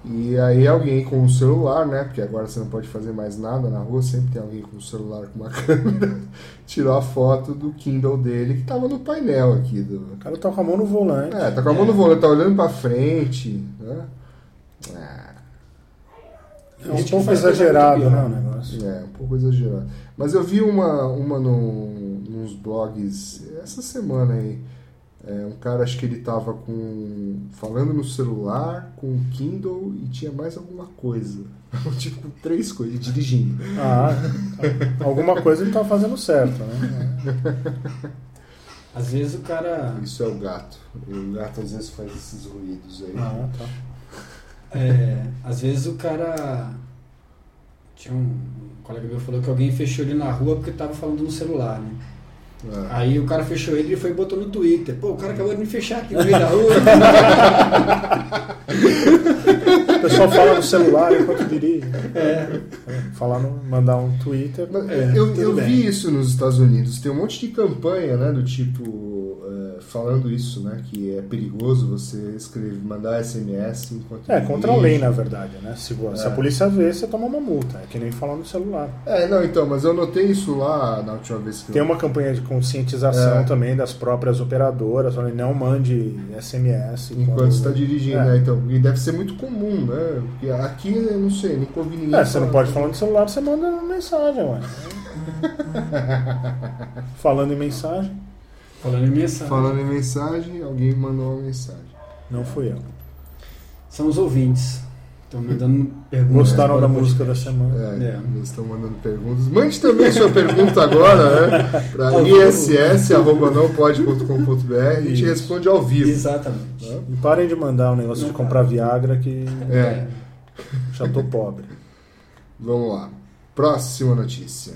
E aí alguém com um celular, né? Porque agora você não pode fazer mais nada na rua, sempre tem alguém com um celular com uma [LAUGHS] câmera, tirou a foto do Kindle dele que tava no painel aqui do. O cara tá com a mão no volante. É, tá com a mão no volante, tá olhando pra frente, né? É um pouco exagerado, né, o negócio. É, um pouco exagerado. Mas eu vi uma, uma no, nos blogs essa semana aí. É, um cara, acho que ele tava com. falando no celular, com o Kindle e tinha mais alguma coisa. [LAUGHS] tipo, três coisas, e dirigindo. Ah, tá. alguma coisa ele tá fazendo certo, né? Às vezes o cara. Isso é o gato. E o gato às vezes faz esses ruídos aí. Ah, tá. é, às vezes o cara. Tinha um, um colega meu falou que alguém fechou ele na rua porque tava falando no celular, né? É. Aí o cara fechou ele e foi e botou no Twitter. Pô, o cara acabou de me fechar aqui no meio da rua. [LAUGHS] O pessoal fala no celular enquanto dirige. É. Falar no, mandar um Twitter. Mas É, eu tudo eu bem. vi isso nos Estados Unidos. Tem um monte de campanha, né? Do tipo. é, falando isso, né? Que é perigoso você escrever, mandar SMS enquanto. É, contra a dirige. lei, na verdade, né? Se, vo- se a polícia vê, você toma uma multa. É que nem falar no celular. É, não, então, mas eu notei isso lá na última vez que Tem eu... uma campanha de conscientização É. também das próprias operadoras, falando, não mande SMS. Enquanto está dirigindo, É. né? Então, e deve ser muito comum, né? Porque aqui, eu não sei, nunca ouvi ninguém É, você não falar. pode falar no celular, você manda uma mensagem, ué. [LAUGHS] Falando em mensagem, Falando em mensagem. Falando em mensagem, alguém mandou uma mensagem. não fui eu. São os ouvintes. Estão mandando perguntas. Gostaram para da o música da podcast. É, semana? É. eles estão mandando perguntas. Mande também [LAUGHS] sua pergunta agora, né? Para iss.nãopode.com.br e a gente Isso. responde ao vivo. É. Exatamente. E parem de mandar o negócio de comprar Viagra que É, já tô pobre. vamos lá. Próxima notícia.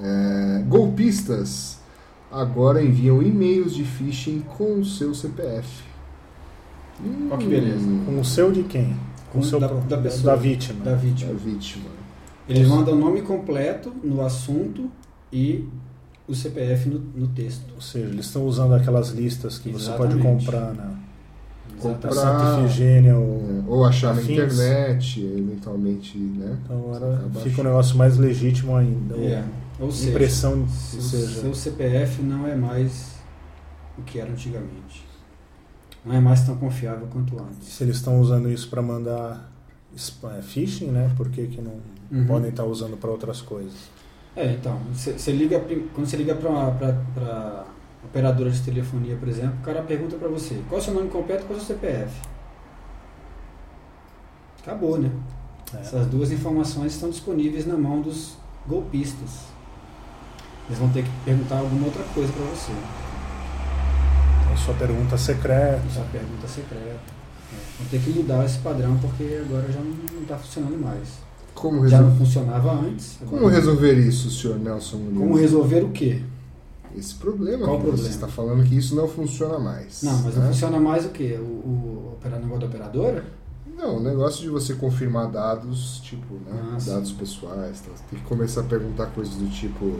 É, golpistas agora enviam e-mails de phishing com o seu CPF. Olha que beleza. Com o seu de quem? Com o seu da, pro- da pessoa. da vítima. Da vítima. A vítima. Eles mandam o nome completo no assunto e o CPF no, no texto. Ou seja, eles estão usando aquelas listas que você pode Exatamente. comprar na A comprar. Santa Ifigênia, o... né, ou achar na Afins. internet, eventualmente, né? Então agora Acaba fica um negócio mais legítimo ainda. É, Ou Ou seja, Impressão, seu, ou seja, seu CPF não é mais o que era antigamente. Não é mais tão confiável quanto antes. se eles estão usando isso para mandar spam, é phishing, né? Por que, que não Uhum. podem estar usando para outras coisas? É, então, você você liga, prim- quando você liga para operadora de telefonia, por exemplo, o cara pergunta para você, qual é o seu nome completo, qual é o seu CPF? Acabou, né? É. Essas duas informações estão disponíveis na mão dos golpistas. Eles vão ter que perguntar alguma outra coisa para você. Então, sua pergunta secreta. Essa pergunta secreta. É, Vão ter que mudar esse padrão porque agora já não está funcionando mais. Como, Já resol- não funcionava antes. agora- Como resolver isso, senhor Nelson Muniz? Como resolver o quê? Esse problema Qual que problema? você está falando é que isso não funciona mais. Não, mas né? não funciona mais o quê? O, o, opera- negócio da operadora? Não, o negócio de você confirmar dados, tipo, né? Ah, sim. dados pessoais, tal. Você tem que começar a perguntar coisas do tipo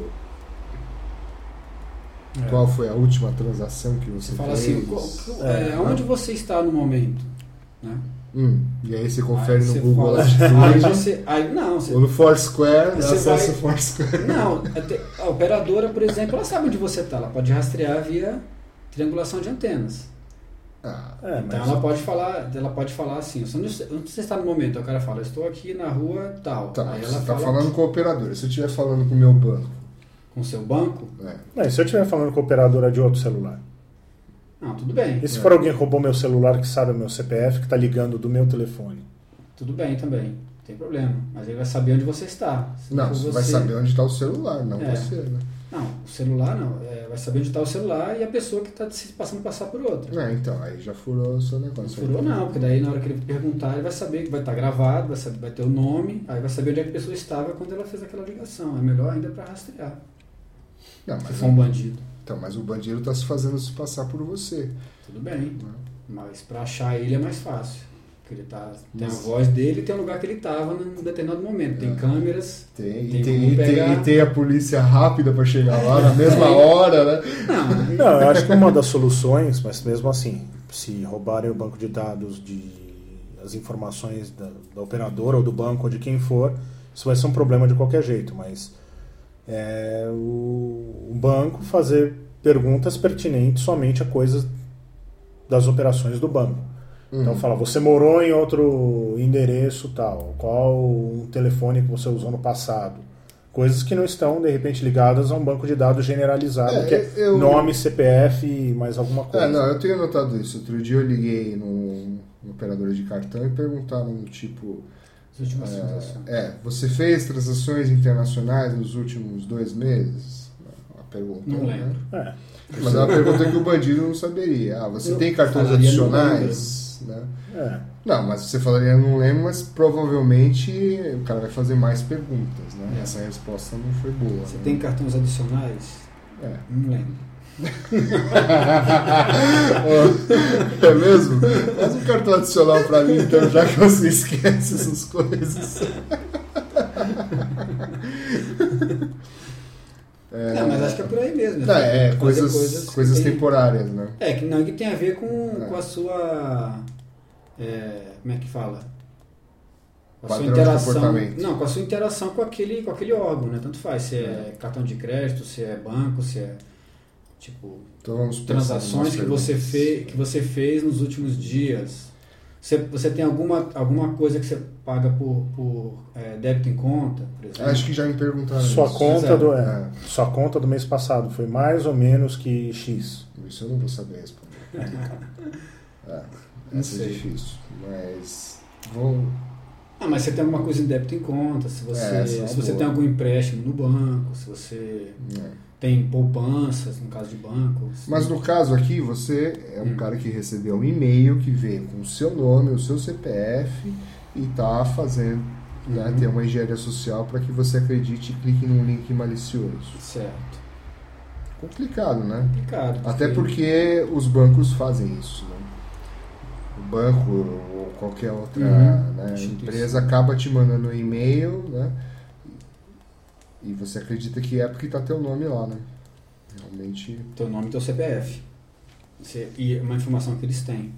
É. qual foi a última transação que você, É. Você fala fez. assim, qual- qual- É, é, onde você está no momento? Né? Hum, e aí você confere Aí você no Google [LAUGHS] fala- assim, Aí Latitude você. Aí, não, você. ou no Foursquare, dá Você acesso vai- ao [LAUGHS] Foursquare. Não, até- a operadora, por exemplo, ela sabe onde você está. Ela pode rastrear via triangulação de antenas. Ah, É, mas Então ela pode falar, ela pode falar assim, "Você- onde você onde você está no momento? Aí O cara fala, eu estou aqui na rua tal. tá, Aí mas ela você está fala falando com o operador. Se eu estiver falando com o meu banco, com seu banco? né? Não, e se eu estiver falando com a operadora de outro celular? Não, tudo bem. E se for alguém que roubou meu celular que sabe o meu CPF, que tá ligando do meu telefone? Tudo bem também. Não tem problema. Mas ele vai saber onde você está. Se Não, for você vai saber onde está o celular, não É. você, né? Não, o celular não. É, vai saber onde está o celular e a pessoa que está se passando passar por outra. É, então, aí já furou o seu negócio. Furou não, porque daí na hora que ele perguntar, ele vai saber que vai estar gravado, vai, saber, vai ter o nome, aí vai saber onde é que a pessoa estava quando ela fez aquela ligação. É melhor ainda para rastrear. Não, Se mas, for um bandido. então, mas o bandido está se fazendo se passar por você. Tudo bem. Não. Mas para achar ele é mais fácil. Porque ele tá, tem a Mas- É. voz dele e tem o lugar que ele estava num determinado momento. Tem câmeras. Tem, Tem e, tem, como e, tem, pegar. e tem a polícia rápida pra chegar lá na [LAUGHS] mesma hora, né? Não, Não, eu acho que uma das soluções, mas mesmo assim, se roubarem o banco de dados de as informações da, da operadora ou do banco ou de quem for, isso vai ser um problema de qualquer jeito, mas é, o, o banco fazer perguntas pertinentes somente a coisas das operações do banco. Uhum. Então fala, você morou em outro endereço tal, qual o telefone que você usou no passado? Coisas que não estão, de repente, ligadas a um banco de dados generalizado, É, que é eu- nome, CPF e mais alguma coisa. É, não, eu tenho notado isso. Outro dia eu liguei num num operador de cartão e perguntaram do tipo, As últimas transações. é, você fez transações internacionais nos últimos dois meses? Uma pergunta. Não né? lembro. É. Mas é uma pergunta que o bandido não saberia. Ah, você Eu tem cartões falaria no adicionais? Né? É. Não, mas você falaria não lembro, mas provavelmente o cara vai fazer mais perguntas, né? É. Essa resposta não foi boa. Você né? tem cartões adicionais? É. Não lembro. Ó, [LAUGHS] é mesmo? Faz um cartão adicional pra mim, então, já que você esquece essas coisas. É, Não, mas acho que é por aí mesmo. Tá, é, Fazer coisas, que coisas, tem- temporárias, né? É, que não que tem a ver com, É. com a sua. é, como é que fala? Com a Padrão sua de interação. comportamento. Não, com a sua interação com aquele, com aquele órgão, né? Tanto faz, se é, cartão de crédito, se é banco, se é. Tipo, Então vamos pensar transações nas que você, perguntas. fez, que você fez nos últimos dias. Você, você tem alguma, alguma coisa que você paga por, por é, débito em conta, por exemplo? É, Acho que já me perguntaram Sua isso. conta do é, Ah, É. sua conta do mês passado foi mais ou menos que X. é, Isso eu não vou saber [LAUGHS] responder. É, Não essa é sei. difícil. Mas vou, Ah, mas você tem alguma coisa em débito em conta, se você, É, essa é uma se você boa. tem algum empréstimo no banco, se você né. tem poupanças, no caso de banco. se- Mas no caso aqui, você é um Hum. cara que recebeu um e-mail que veio com o seu nome, o seu CPF e tá fazendo, né, Uhum. ter uma engenharia social para que você acredite e clique num link malicioso. Certo. Complicado, né? Complicado. Até porque os bancos fazem isso. Né? O banco ou qualquer outra Uhum. né, Instituição. empresa acaba te mandando um e-mail, né? E você acredita que é porque tá teu nome lá, né? Realmente. Teu nome e teu CPF. Você- e é uma informação que eles têm.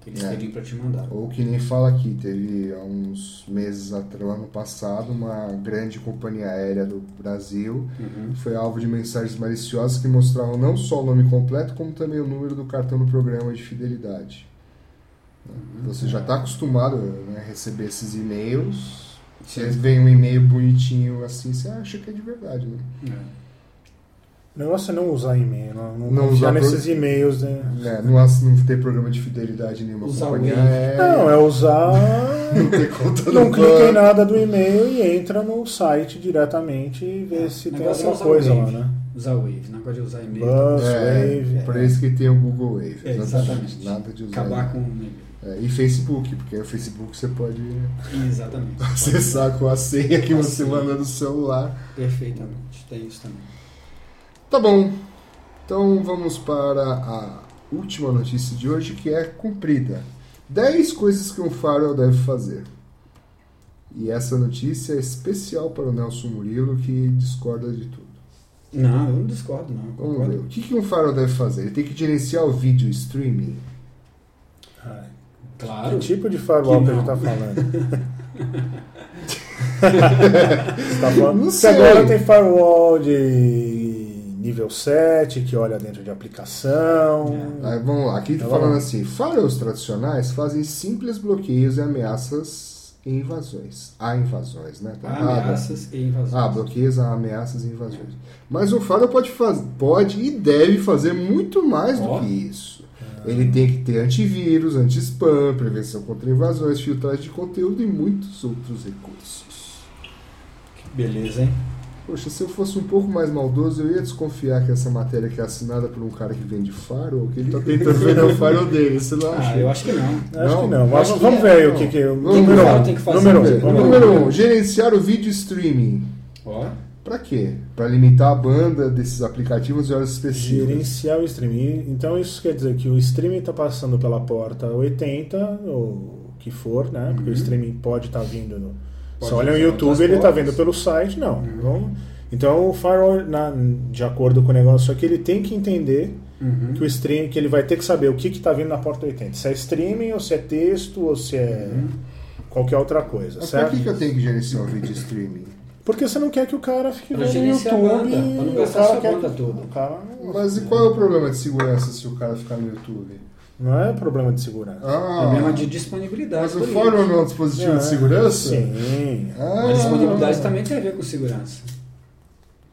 que eles É. teriam para te mandar. Ou que nem fala aqui, teve há uns meses atrás, ano passado, uma grande companhia aérea do Brasil Uhum. foi alvo de mensagens maliciosas que mostravam não só o nome completo, como também o número do cartão do programa de fidelidade. Uhum. Você já está acostumado né, a receber esses e-mails. Se vem um e-mail bonitinho assim, você acha que é de verdade, né? É. O negócio é não usar e-mail, não, não, Não confiar usar pro- nesses e-mails, né? É, não, ass- não ter programa de fidelidade em nenhuma Usar companhia o Wave. aérea. Não, é usar. Não ter conta no não clica em banco. nada do e-mail e entra no site diretamente e vê É, se o tem negócio é alguma usar o coisa lá, Wave. né? Usar o Wave, não gosta de usar e-mail. Bus, Wave. É, por isso que tem o Google Wave. É, exatamente. Nada de usar. Acabar com o e-mail. É, e Facebook, porque o Facebook você pode [LAUGHS] [LAUGHS] Exatamente. acessar com a senha que você Assim. manda no celular. Perfeitamente, tem isso também. Tá bom. Então vamos para a última notícia de hoje, que é cumprida. 10 coisas que um farol deve fazer. E essa notícia é especial para o Nelson Murilo, que discorda de tudo. Não, eu não discordo, não. Eu Vamos ver. concordo. O que, que um farol deve fazer? Ele tem que gerenciar o vídeo streaming. Ah, Claro. Que tipo de firewall Que que a gente não. tá falando? Você tá falando- Não Porque sei. Agora tem firewall de nível 7 que olha dentro de aplicação. Aí, vamos lá, aqui tá Tá falando bom. assim: firewalls tradicionais fazem simples bloqueios e ameaças e invasões. Há invasões, né? tipo, Tá errado? Ah, Ameaças e Ah, invasões. bloqueios, há ameaças e invasões. Mas o firewall pode, faz... pode e deve fazer muito mais Ó. do que isso. Ele tem que ter antivírus, anti-spam, prevenção contra invasões, filtragem de conteúdo e muitos outros recursos. Que beleza, hein? Poxa, se eu fosse um pouco mais maldoso, eu ia desconfiar que essa matéria que é assinada por um cara que vende firewall, que ele tá [LAUGHS] tentando vender o firewall dele, você não acha? Ah, eu acho que não. Acho Não, que não. acho Vamos, que vamos é, ver aí não. o que, que é. o Vamos Número ver. 1. Tem que fazer número um um, ver. vamos lá. Número 1, um, gerenciar o vídeo streaming. Ó, Pra quê? Pra limitar a banda desses aplicativos em horas específicas. Gerenciar o streaming. Então isso quer dizer que o streaming está passando pela porta 80, ou o que for, né? Porque Uhum. o streaming pode estar vindo no. Pode Você olha o usar YouTube, outras ele está portas. vendo pelo site, não. Uhum. Vamos- Então o firewall, na- de acordo com o negócio aqui, ele tem que entender uhum. que o streaming, que ele vai ter que saber o que está vindo na porta 80. Se é streaming, ou se é texto, ou se é qualquer outra coisa, Uhum. Mas pra certo? que, que eu tenho que gerenciar o vídeo streaming? Porque você não quer que o cara fique vendo Pra no gerenciar a YouTube. banda, pra não o gastar cara sua quer- banda toda. O cara não- Mas e qual é o problema de segurança se o cara ficar no YouTube? não é problema de segurança. Ah, Problema É de disponibilidade. mas o por aí. firewall não é um dispositivo É, de segurança? Sim. Ah, A disponibilidade também tem a ver com segurança.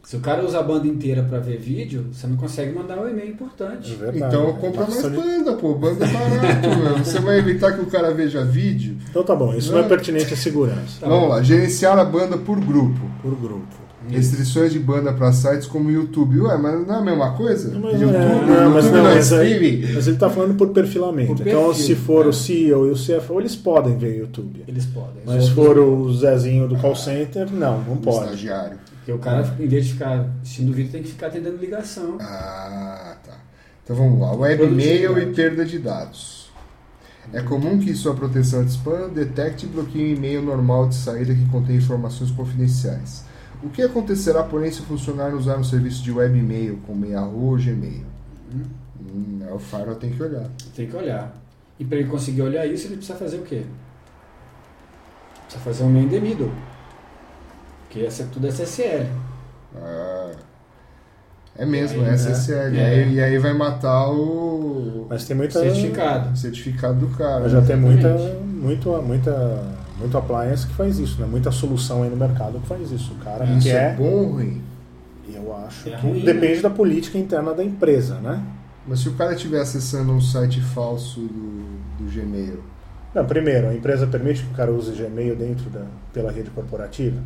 Se o cara usa a banda inteira pra ver vídeo, você não consegue mandar um e-mail É importante. verdade. Então É compra mais questão de- banda, pô. Banda é barato, mano. Você vai evitar que o cara veja vídeo? Então tá bom, isso não Não. é pertinente à segurança. Tá Vamos bom. lá, gerenciar a banda por grupo. Por grupo. Restrições de banda para sites como o YouTube. Ué, mas não é a mesma coisa? Mas, YouTube, é, YouTube não, mas, não, não é mas, aí, streaming? mas ele tá falando por perfilamento. Por então perfil, se for é. né? o CEO e o CFO, eles podem ver YouTube. Eles podem. Mas Os se outros- for o Zezinho do call center, não, não pode. Estagiário. Porque o cara, em vez de ficar assistindo vídeo, tem que ficar atendendo ligação. Ah, tá. Então vamos lá. Web mail e Produtividade. perda de dados. É comum que sua proteção de spam detecte e bloqueie um e-mail normal de saída que contém informações confidenciais. O que acontecerá, porém, se o funcionário usar um serviço de web mail, como Yahoo ou Gmail? Hum, é o Firewall tem que olhar. Tem que olhar. E pra ele conseguir olhar isso, ele precisa fazer o quê? Precisa fazer um mail in the middle. Porque essa, tudo é SSL. Ah, é mesmo, E aí, é SSL. né? E aí- E aí vai matar o Mas tem muita. Certificado. certificado do cara. né? Mas já tem muita, Exatamente. muito, muita, muito appliance que faz isso, né? Muita solução aí no mercado que faz isso. O cara Isso é quer, bom ou ruim? eu acho É que ruim, depende né? da política interna da empresa, né? Mas se o cara estiver acessando um site falso do, do Gmail, Não, primeiro, a empresa permite que o cara use Gmail dentro da pela rede corporativa?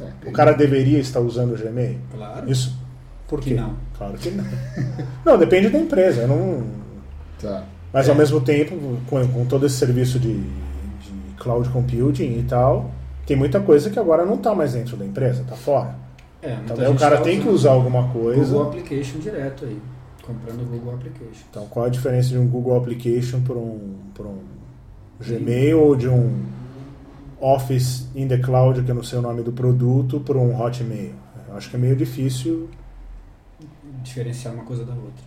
é, O cara deveria estar usando o Gmail? Claro. Isso. Por Que quê? não. Claro que [LAUGHS] não. não, depende da empresa. eu não, tá. Mas É. ao mesmo tempo, com, com todo esse serviço de, de cloud computing e tal, tem muita coisa que agora não está mais dentro da empresa, está fora. É, muita Então gente o cara tá tem que usando usar alguma Google coisa. Application direto aí. Comprando o Google Application. Então qual a diferença de um Google Application para um, por um Gmail ou de um Office in the Cloud, que eu não sei o nome do produto, para um Hotmail? Eu acho que é meio difícil Diferenciar uma coisa da outra.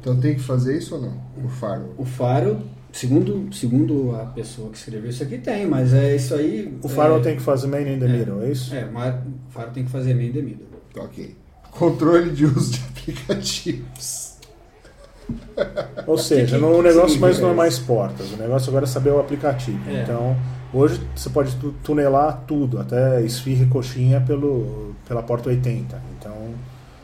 Então tem que fazer isso ou não? O faro. O Faro, segundo, segundo a pessoa que escreveu isso aqui, tem, mas é isso aí. O Farol é, tem que fazer Man in the Middle, é isso? É, mas o Faro tem que fazer meio demido. Tá, Ok. Controle de uso de [LAUGHS] aplicativos. Ou seja, É. que- não- o que negócio significa mais não é isso? mais portas, o negócio agora é saber o aplicativo. É. Então, hoje você pode tu- tunelar tudo, até esfirra e coxinha pelo, pela porta 80. Então,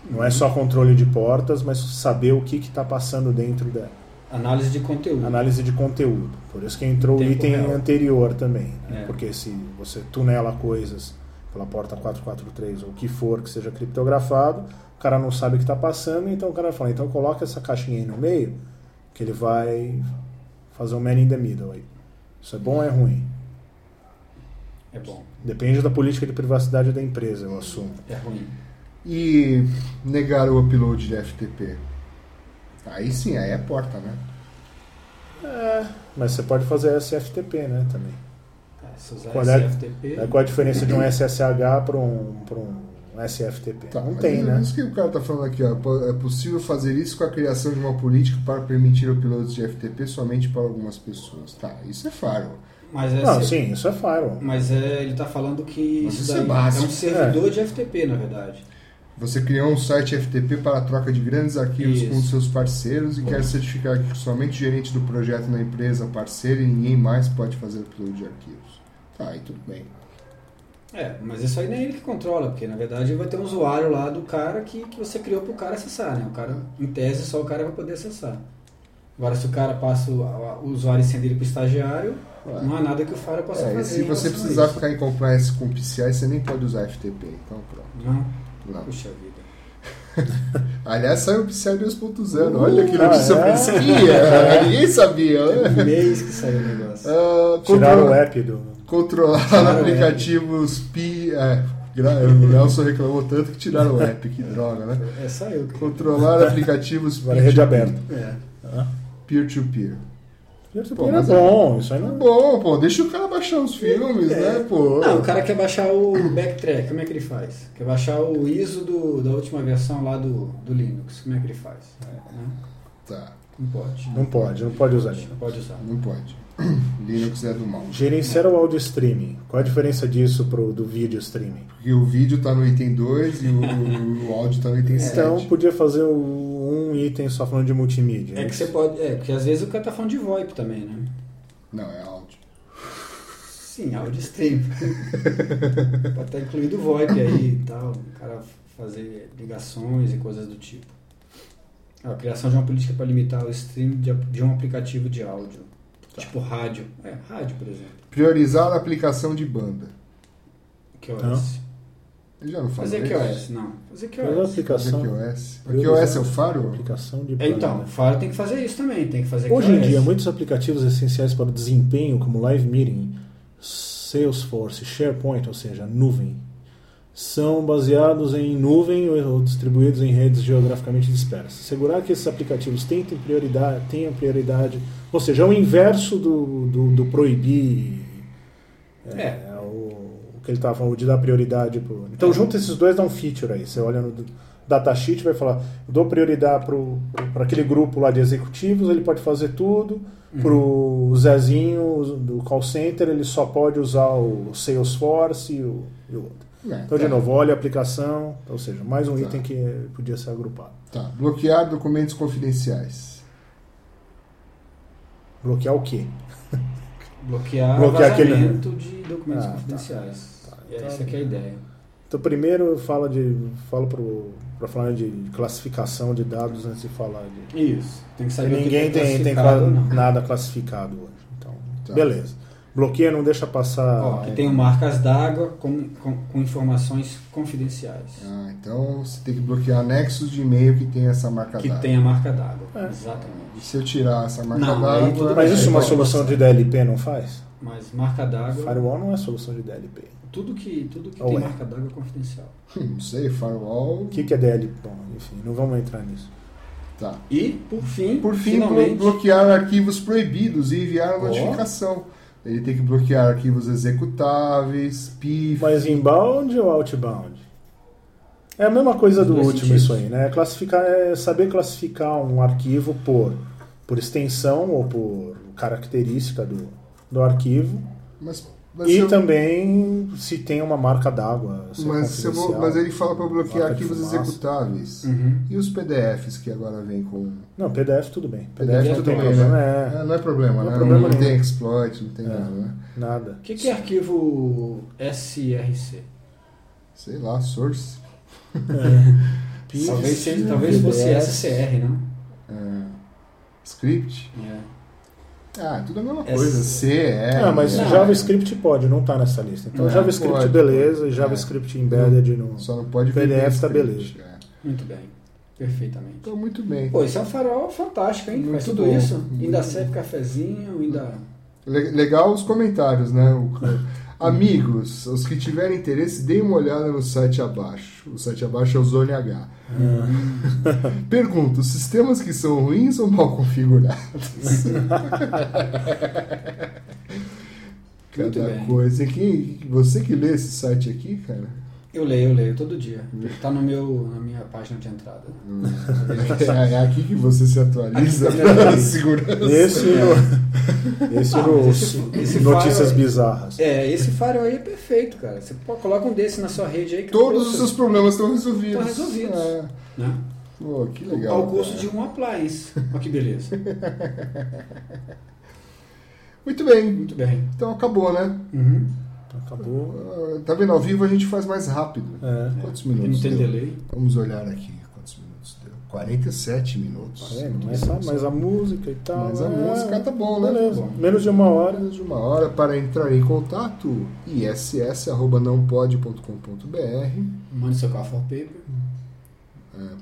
não Uhum. é só controle de portas, mas saber o que está passando dentro dela. Análise de conteúdo. Análise de conteúdo. Por isso que entrou o Tempo item real. anterior também. né? É. Porque se você tunela coisas pela porta 443 ou o que for que seja criptografado, o cara não sabe o que está passando, então o cara fala, então coloca essa caixinha aí no meio, que ele vai fazer um man in the middle aí. Isso é bom ou é ruim? É bom, Depende da política de privacidade da empresa, eu assumo. é ruim. E negar o upload de FTP. Aí sim, aí é porta, né? Mas você pode fazer SFTP, né, também. É, se usar Qual é- SFTP, Aí Qual a diferença de um SSH para um, pra um SFTP? Tá, não mas tem, é né? Isso que o cara tá falando aqui, ó. Po- É possível fazer isso com a criação de uma política para permitir uploads de FTP somente para algumas pessoas. Tá, isso é faro. mas é Não, se- sim, isso é firewall. Mas é, ele tá falando que Mas isso isso é daí é básico. um servidor de FTP, na verdade. Você criou um site FTP para a troca de grandes arquivos Isso. com os seus parceiros e quer certificar que somente o gerente do projeto na empresa é parceiro e ninguém mais pode fazer upload de arquivos. Tá, aí tudo bem. É, mas isso aí nem ele que controla, porque na verdade vai ter um usuário lá do cara que, que você criou pro cara acessar, né? O cara, em tese, só o cara vai poder acessar. Agora, se o cara passa o, a- o usuário e sende ele pro estagiário, Ué. não há nada que o Faro possa É, e fazer. se você em relação a precisar isso. ficar em compliance com o PCI, você nem pode usar FTP. Então, pronto. Não, Não. puxa [LAUGHS] vida. Aliás, saiu o PCI 2.0. Olha que Ah, notícia é? fresquinha. [LAUGHS] Ninguês sabia. né? Tem um mês que saiu o negócio. Ah, Tiraram o controla- app do. controlar Tiraram o aplicativos pi. É, gra- o Nelson reclamou tanto que tiraram o app, que droga, né? É, saiu. [LAUGHS] cara. Controlar aplicativos Agora é rede aberta. É. peer-to-peer. Peer-to-peer Pô, é mas é- bom, isso aí não é bom. Bom, pô, deixa o cara baixar os filmes, né, pô? É. Não, o cara quer baixar o backtrack, como é que ele faz? Quer baixar o ISO do- da última versão lá do, do Linux, como é que ele faz? Né? Tá, Não pode. Não pode, não pode usar Não Linux. pode usar. não pode. [CLEARS THROAT] Linux é do mal. Gerenciar o audio streaming. Qual a diferença disso pro do vídeo streaming? Porque o vídeo tá no item 2 e o, o áudio tá no É, item 7. Então podia fazer o- um item só falando de multimídia. É que você pode. É, porque às vezes o cara tá falando de VoIP também, né? Não, é áudio. Sim, [LAUGHS] áudio stream. pode estar incluído o VoIP aí e tal. O cara fazer ligações e coisas do tipo. A criação de uma política para limitar o stream de, de um aplicativo de áudio. Tá. Tipo rádio. É, rádio, por exemplo. Priorizar a aplicação de banda. Que é OS. Eu já não falei. Fazer QoS, não. Fazer Mas a QoS. Fazer aplicação. QoS. A QoS é o faro? Aplicação de É, Então, o banda. Faro tem que fazer isso também, tem é que fazer Hoje em QoS. dia, é muitos aplicativos essenciais para o desempenho, como Live Meeting, Salesforce, SharePoint, ou seja, nuvem, são baseados em nuvem ou distribuídos em redes geograficamente dispersas. Segurar que esses aplicativos tentem prioridade, tenham prioridade, ou seja, é o inverso do, do, do proibir, É, é, o, o que ele estava falando, de dar prioridade para Então, junta esses dois, dá um feature aí. Você olha no datasheet e vai falar, eu dou prioridade para aquele grupo lá de executivos, ele pode fazer tudo. Uhum. Para o Zezinho do call center, ele só pode usar o Salesforce e o, e o outro. É, Então, de tá. novo, olha a aplicação, ou seja, mais um Tá. item que podia ser agrupado. Tá. Bloquear documentos confidenciais. Bloquear o quê? bloquear, Bloquear aquele- vazamento de documentos Ah, tá. confidenciais. Tá, E é então- essa que é a ideia. Então, primeiro, fala de, fala para falar de classificação de dados antes de falar de Isso. Tem que E saber ninguém o que é tem, tem classificado ou cla- não. nada classificado hoje. Então, Tá. beleza. Bloqueia, não deixa passar. Ó, que tem o marcas d'água com, com, com informações confidenciais. Ah, então você tem que bloquear anexos de e-mail que tem essa marca Que d'água. tem a marca d'água. É. Exatamente. E se eu tirar essa marca Não, aí tudo d'água. bem. Mas isso é uma Então, solução de DLP não faz? Mas marca d'água, Firewall não é solução de DLP. tudo que, tudo que Ou tem é. marca d'água é confidencial. Não sei, firewall. O que, que é DLP? Bom, enfim, não vamos entrar nisso. Tá. E, por fim, Por fim, blo- finalmente, bloquear arquivos proibidos e enviar Ó. notificação. Ele tem que bloquear arquivos executáveis, PIF. Mas inbound ou outbound? É a mesma coisa do Dois último sentidos. isso aí, né? Classificar é saber classificar um arquivo por, por extensão ou por característica do, do arquivo. Mas, mas e eu- também se tem uma marca d'água. se é mas, se eu vou- confidencial, mas ele fala para bloquear marca de arquivos fumaça. Hum. executáveis. Uhum. E os PDFs que agora vem com. Não, PDF tudo bem. PDF, não tudo tem bem, problema, né? é. É, não é problema, Não é né? problema não tem nenhum. É. exploit, não tem nada, né? Nada. O que, que é arquivo SRC? Sei lá, source. Talvez, seja, talvez fosse PDS. SCR, não? é, script. Ah, tudo a mesma É coisa. C, é. Ah, mas Não, JavaScript pode, não tá nessa lista. Então Não, JavaScript pode. É. beleza e JavaScript embedded no. Só não pode ver PDF tá script, é. Muito bem. Perfeitamente. Então, muito bem. Pô, isso é um farol fantástico, hein? Muito Faz tudo bom. isso. Muito Ainda bom. serve cafezinho, ainda. Le- legal os comentários, né? O- [LAUGHS] Amigos, os que tiverem interesse, deem uma olhada no site abaixo. O site abaixo é o Zone H. Ah. Pergunta: os sistemas que são ruins ou mal configurados? [LAUGHS] Muito Cada bem. coisa. Que, você que lê esse site aqui, cara. Eu leio, eu leio todo dia. Tá no meu, na minha página de entrada. É, é aqui que você se [LAUGHS] atualiza É Aqui que eu me para atualizo. segurança. Esse no. [LAUGHS] Esse Ah, no. mas esse- esse notícias file- bizarras. É, esse farol aí é perfeito, cara. Você pô, coloca um desse na sua rede aí. que Todos pronto, os seus problemas estão resolvidos. Estão resolvidos. É. Né? Pô, que legal. Ao custo cara. de um appliance. Olha que beleza. Muito bem. Muito bem. Então acabou, né? Uhum. Então, Acabou. Ah, Tá vendo? Ao vivo a gente faz mais rápido. É. Quantos Aqui minutos não tem deu? delay. Vamos olhar aqui quantos minutos deu. 47 minutos. É, mas, a, mas a música e tal. Mas a é, música tá bom, né? Beleza. Bom. Menos de uma hora. Menos de uma hora para entrar em contato, iss.nãopode.com.br Mande seu café ao paper.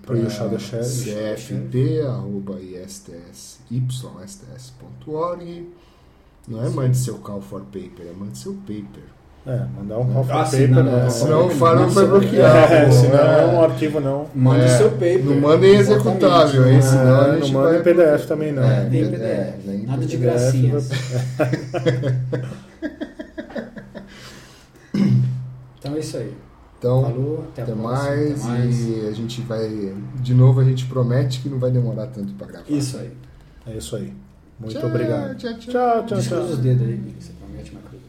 Pro Yoshada Chef. cft.ysts.org. Não é mande seu call for paper, é mande seu paper. É, mandar um half Ah, sim, paper. não, né? não, Senão o é, Faro não, vai só- bloquear. [LAUGHS] É, pô, senão é. um arquivo não. Manda É, o seu paper. Não manda em executável, Exatamente. aí senão a É, gente não manda vai- em PDF também não. É, é, Nem PDF. nem Nada de PDF. gracinhas. [LAUGHS] Então é isso aí. Então, Tá Falou, até, a até, próxima, mais, até mais. E a gente vai. De novo, a gente promete que não vai demorar tanto pra gravar. Isso aí. É isso aí. Muito Tchau, obrigado. tchau, tchau. Tchau, tchau, Descruza os tchau. dedos aí, Big. Você promete uma cruz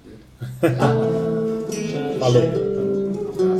do dedo. Falou.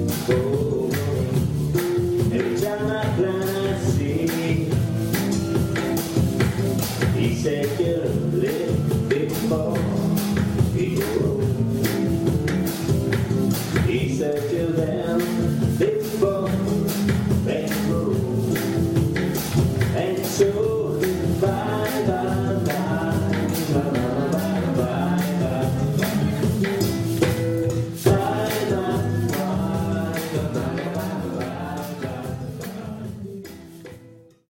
He said, "Get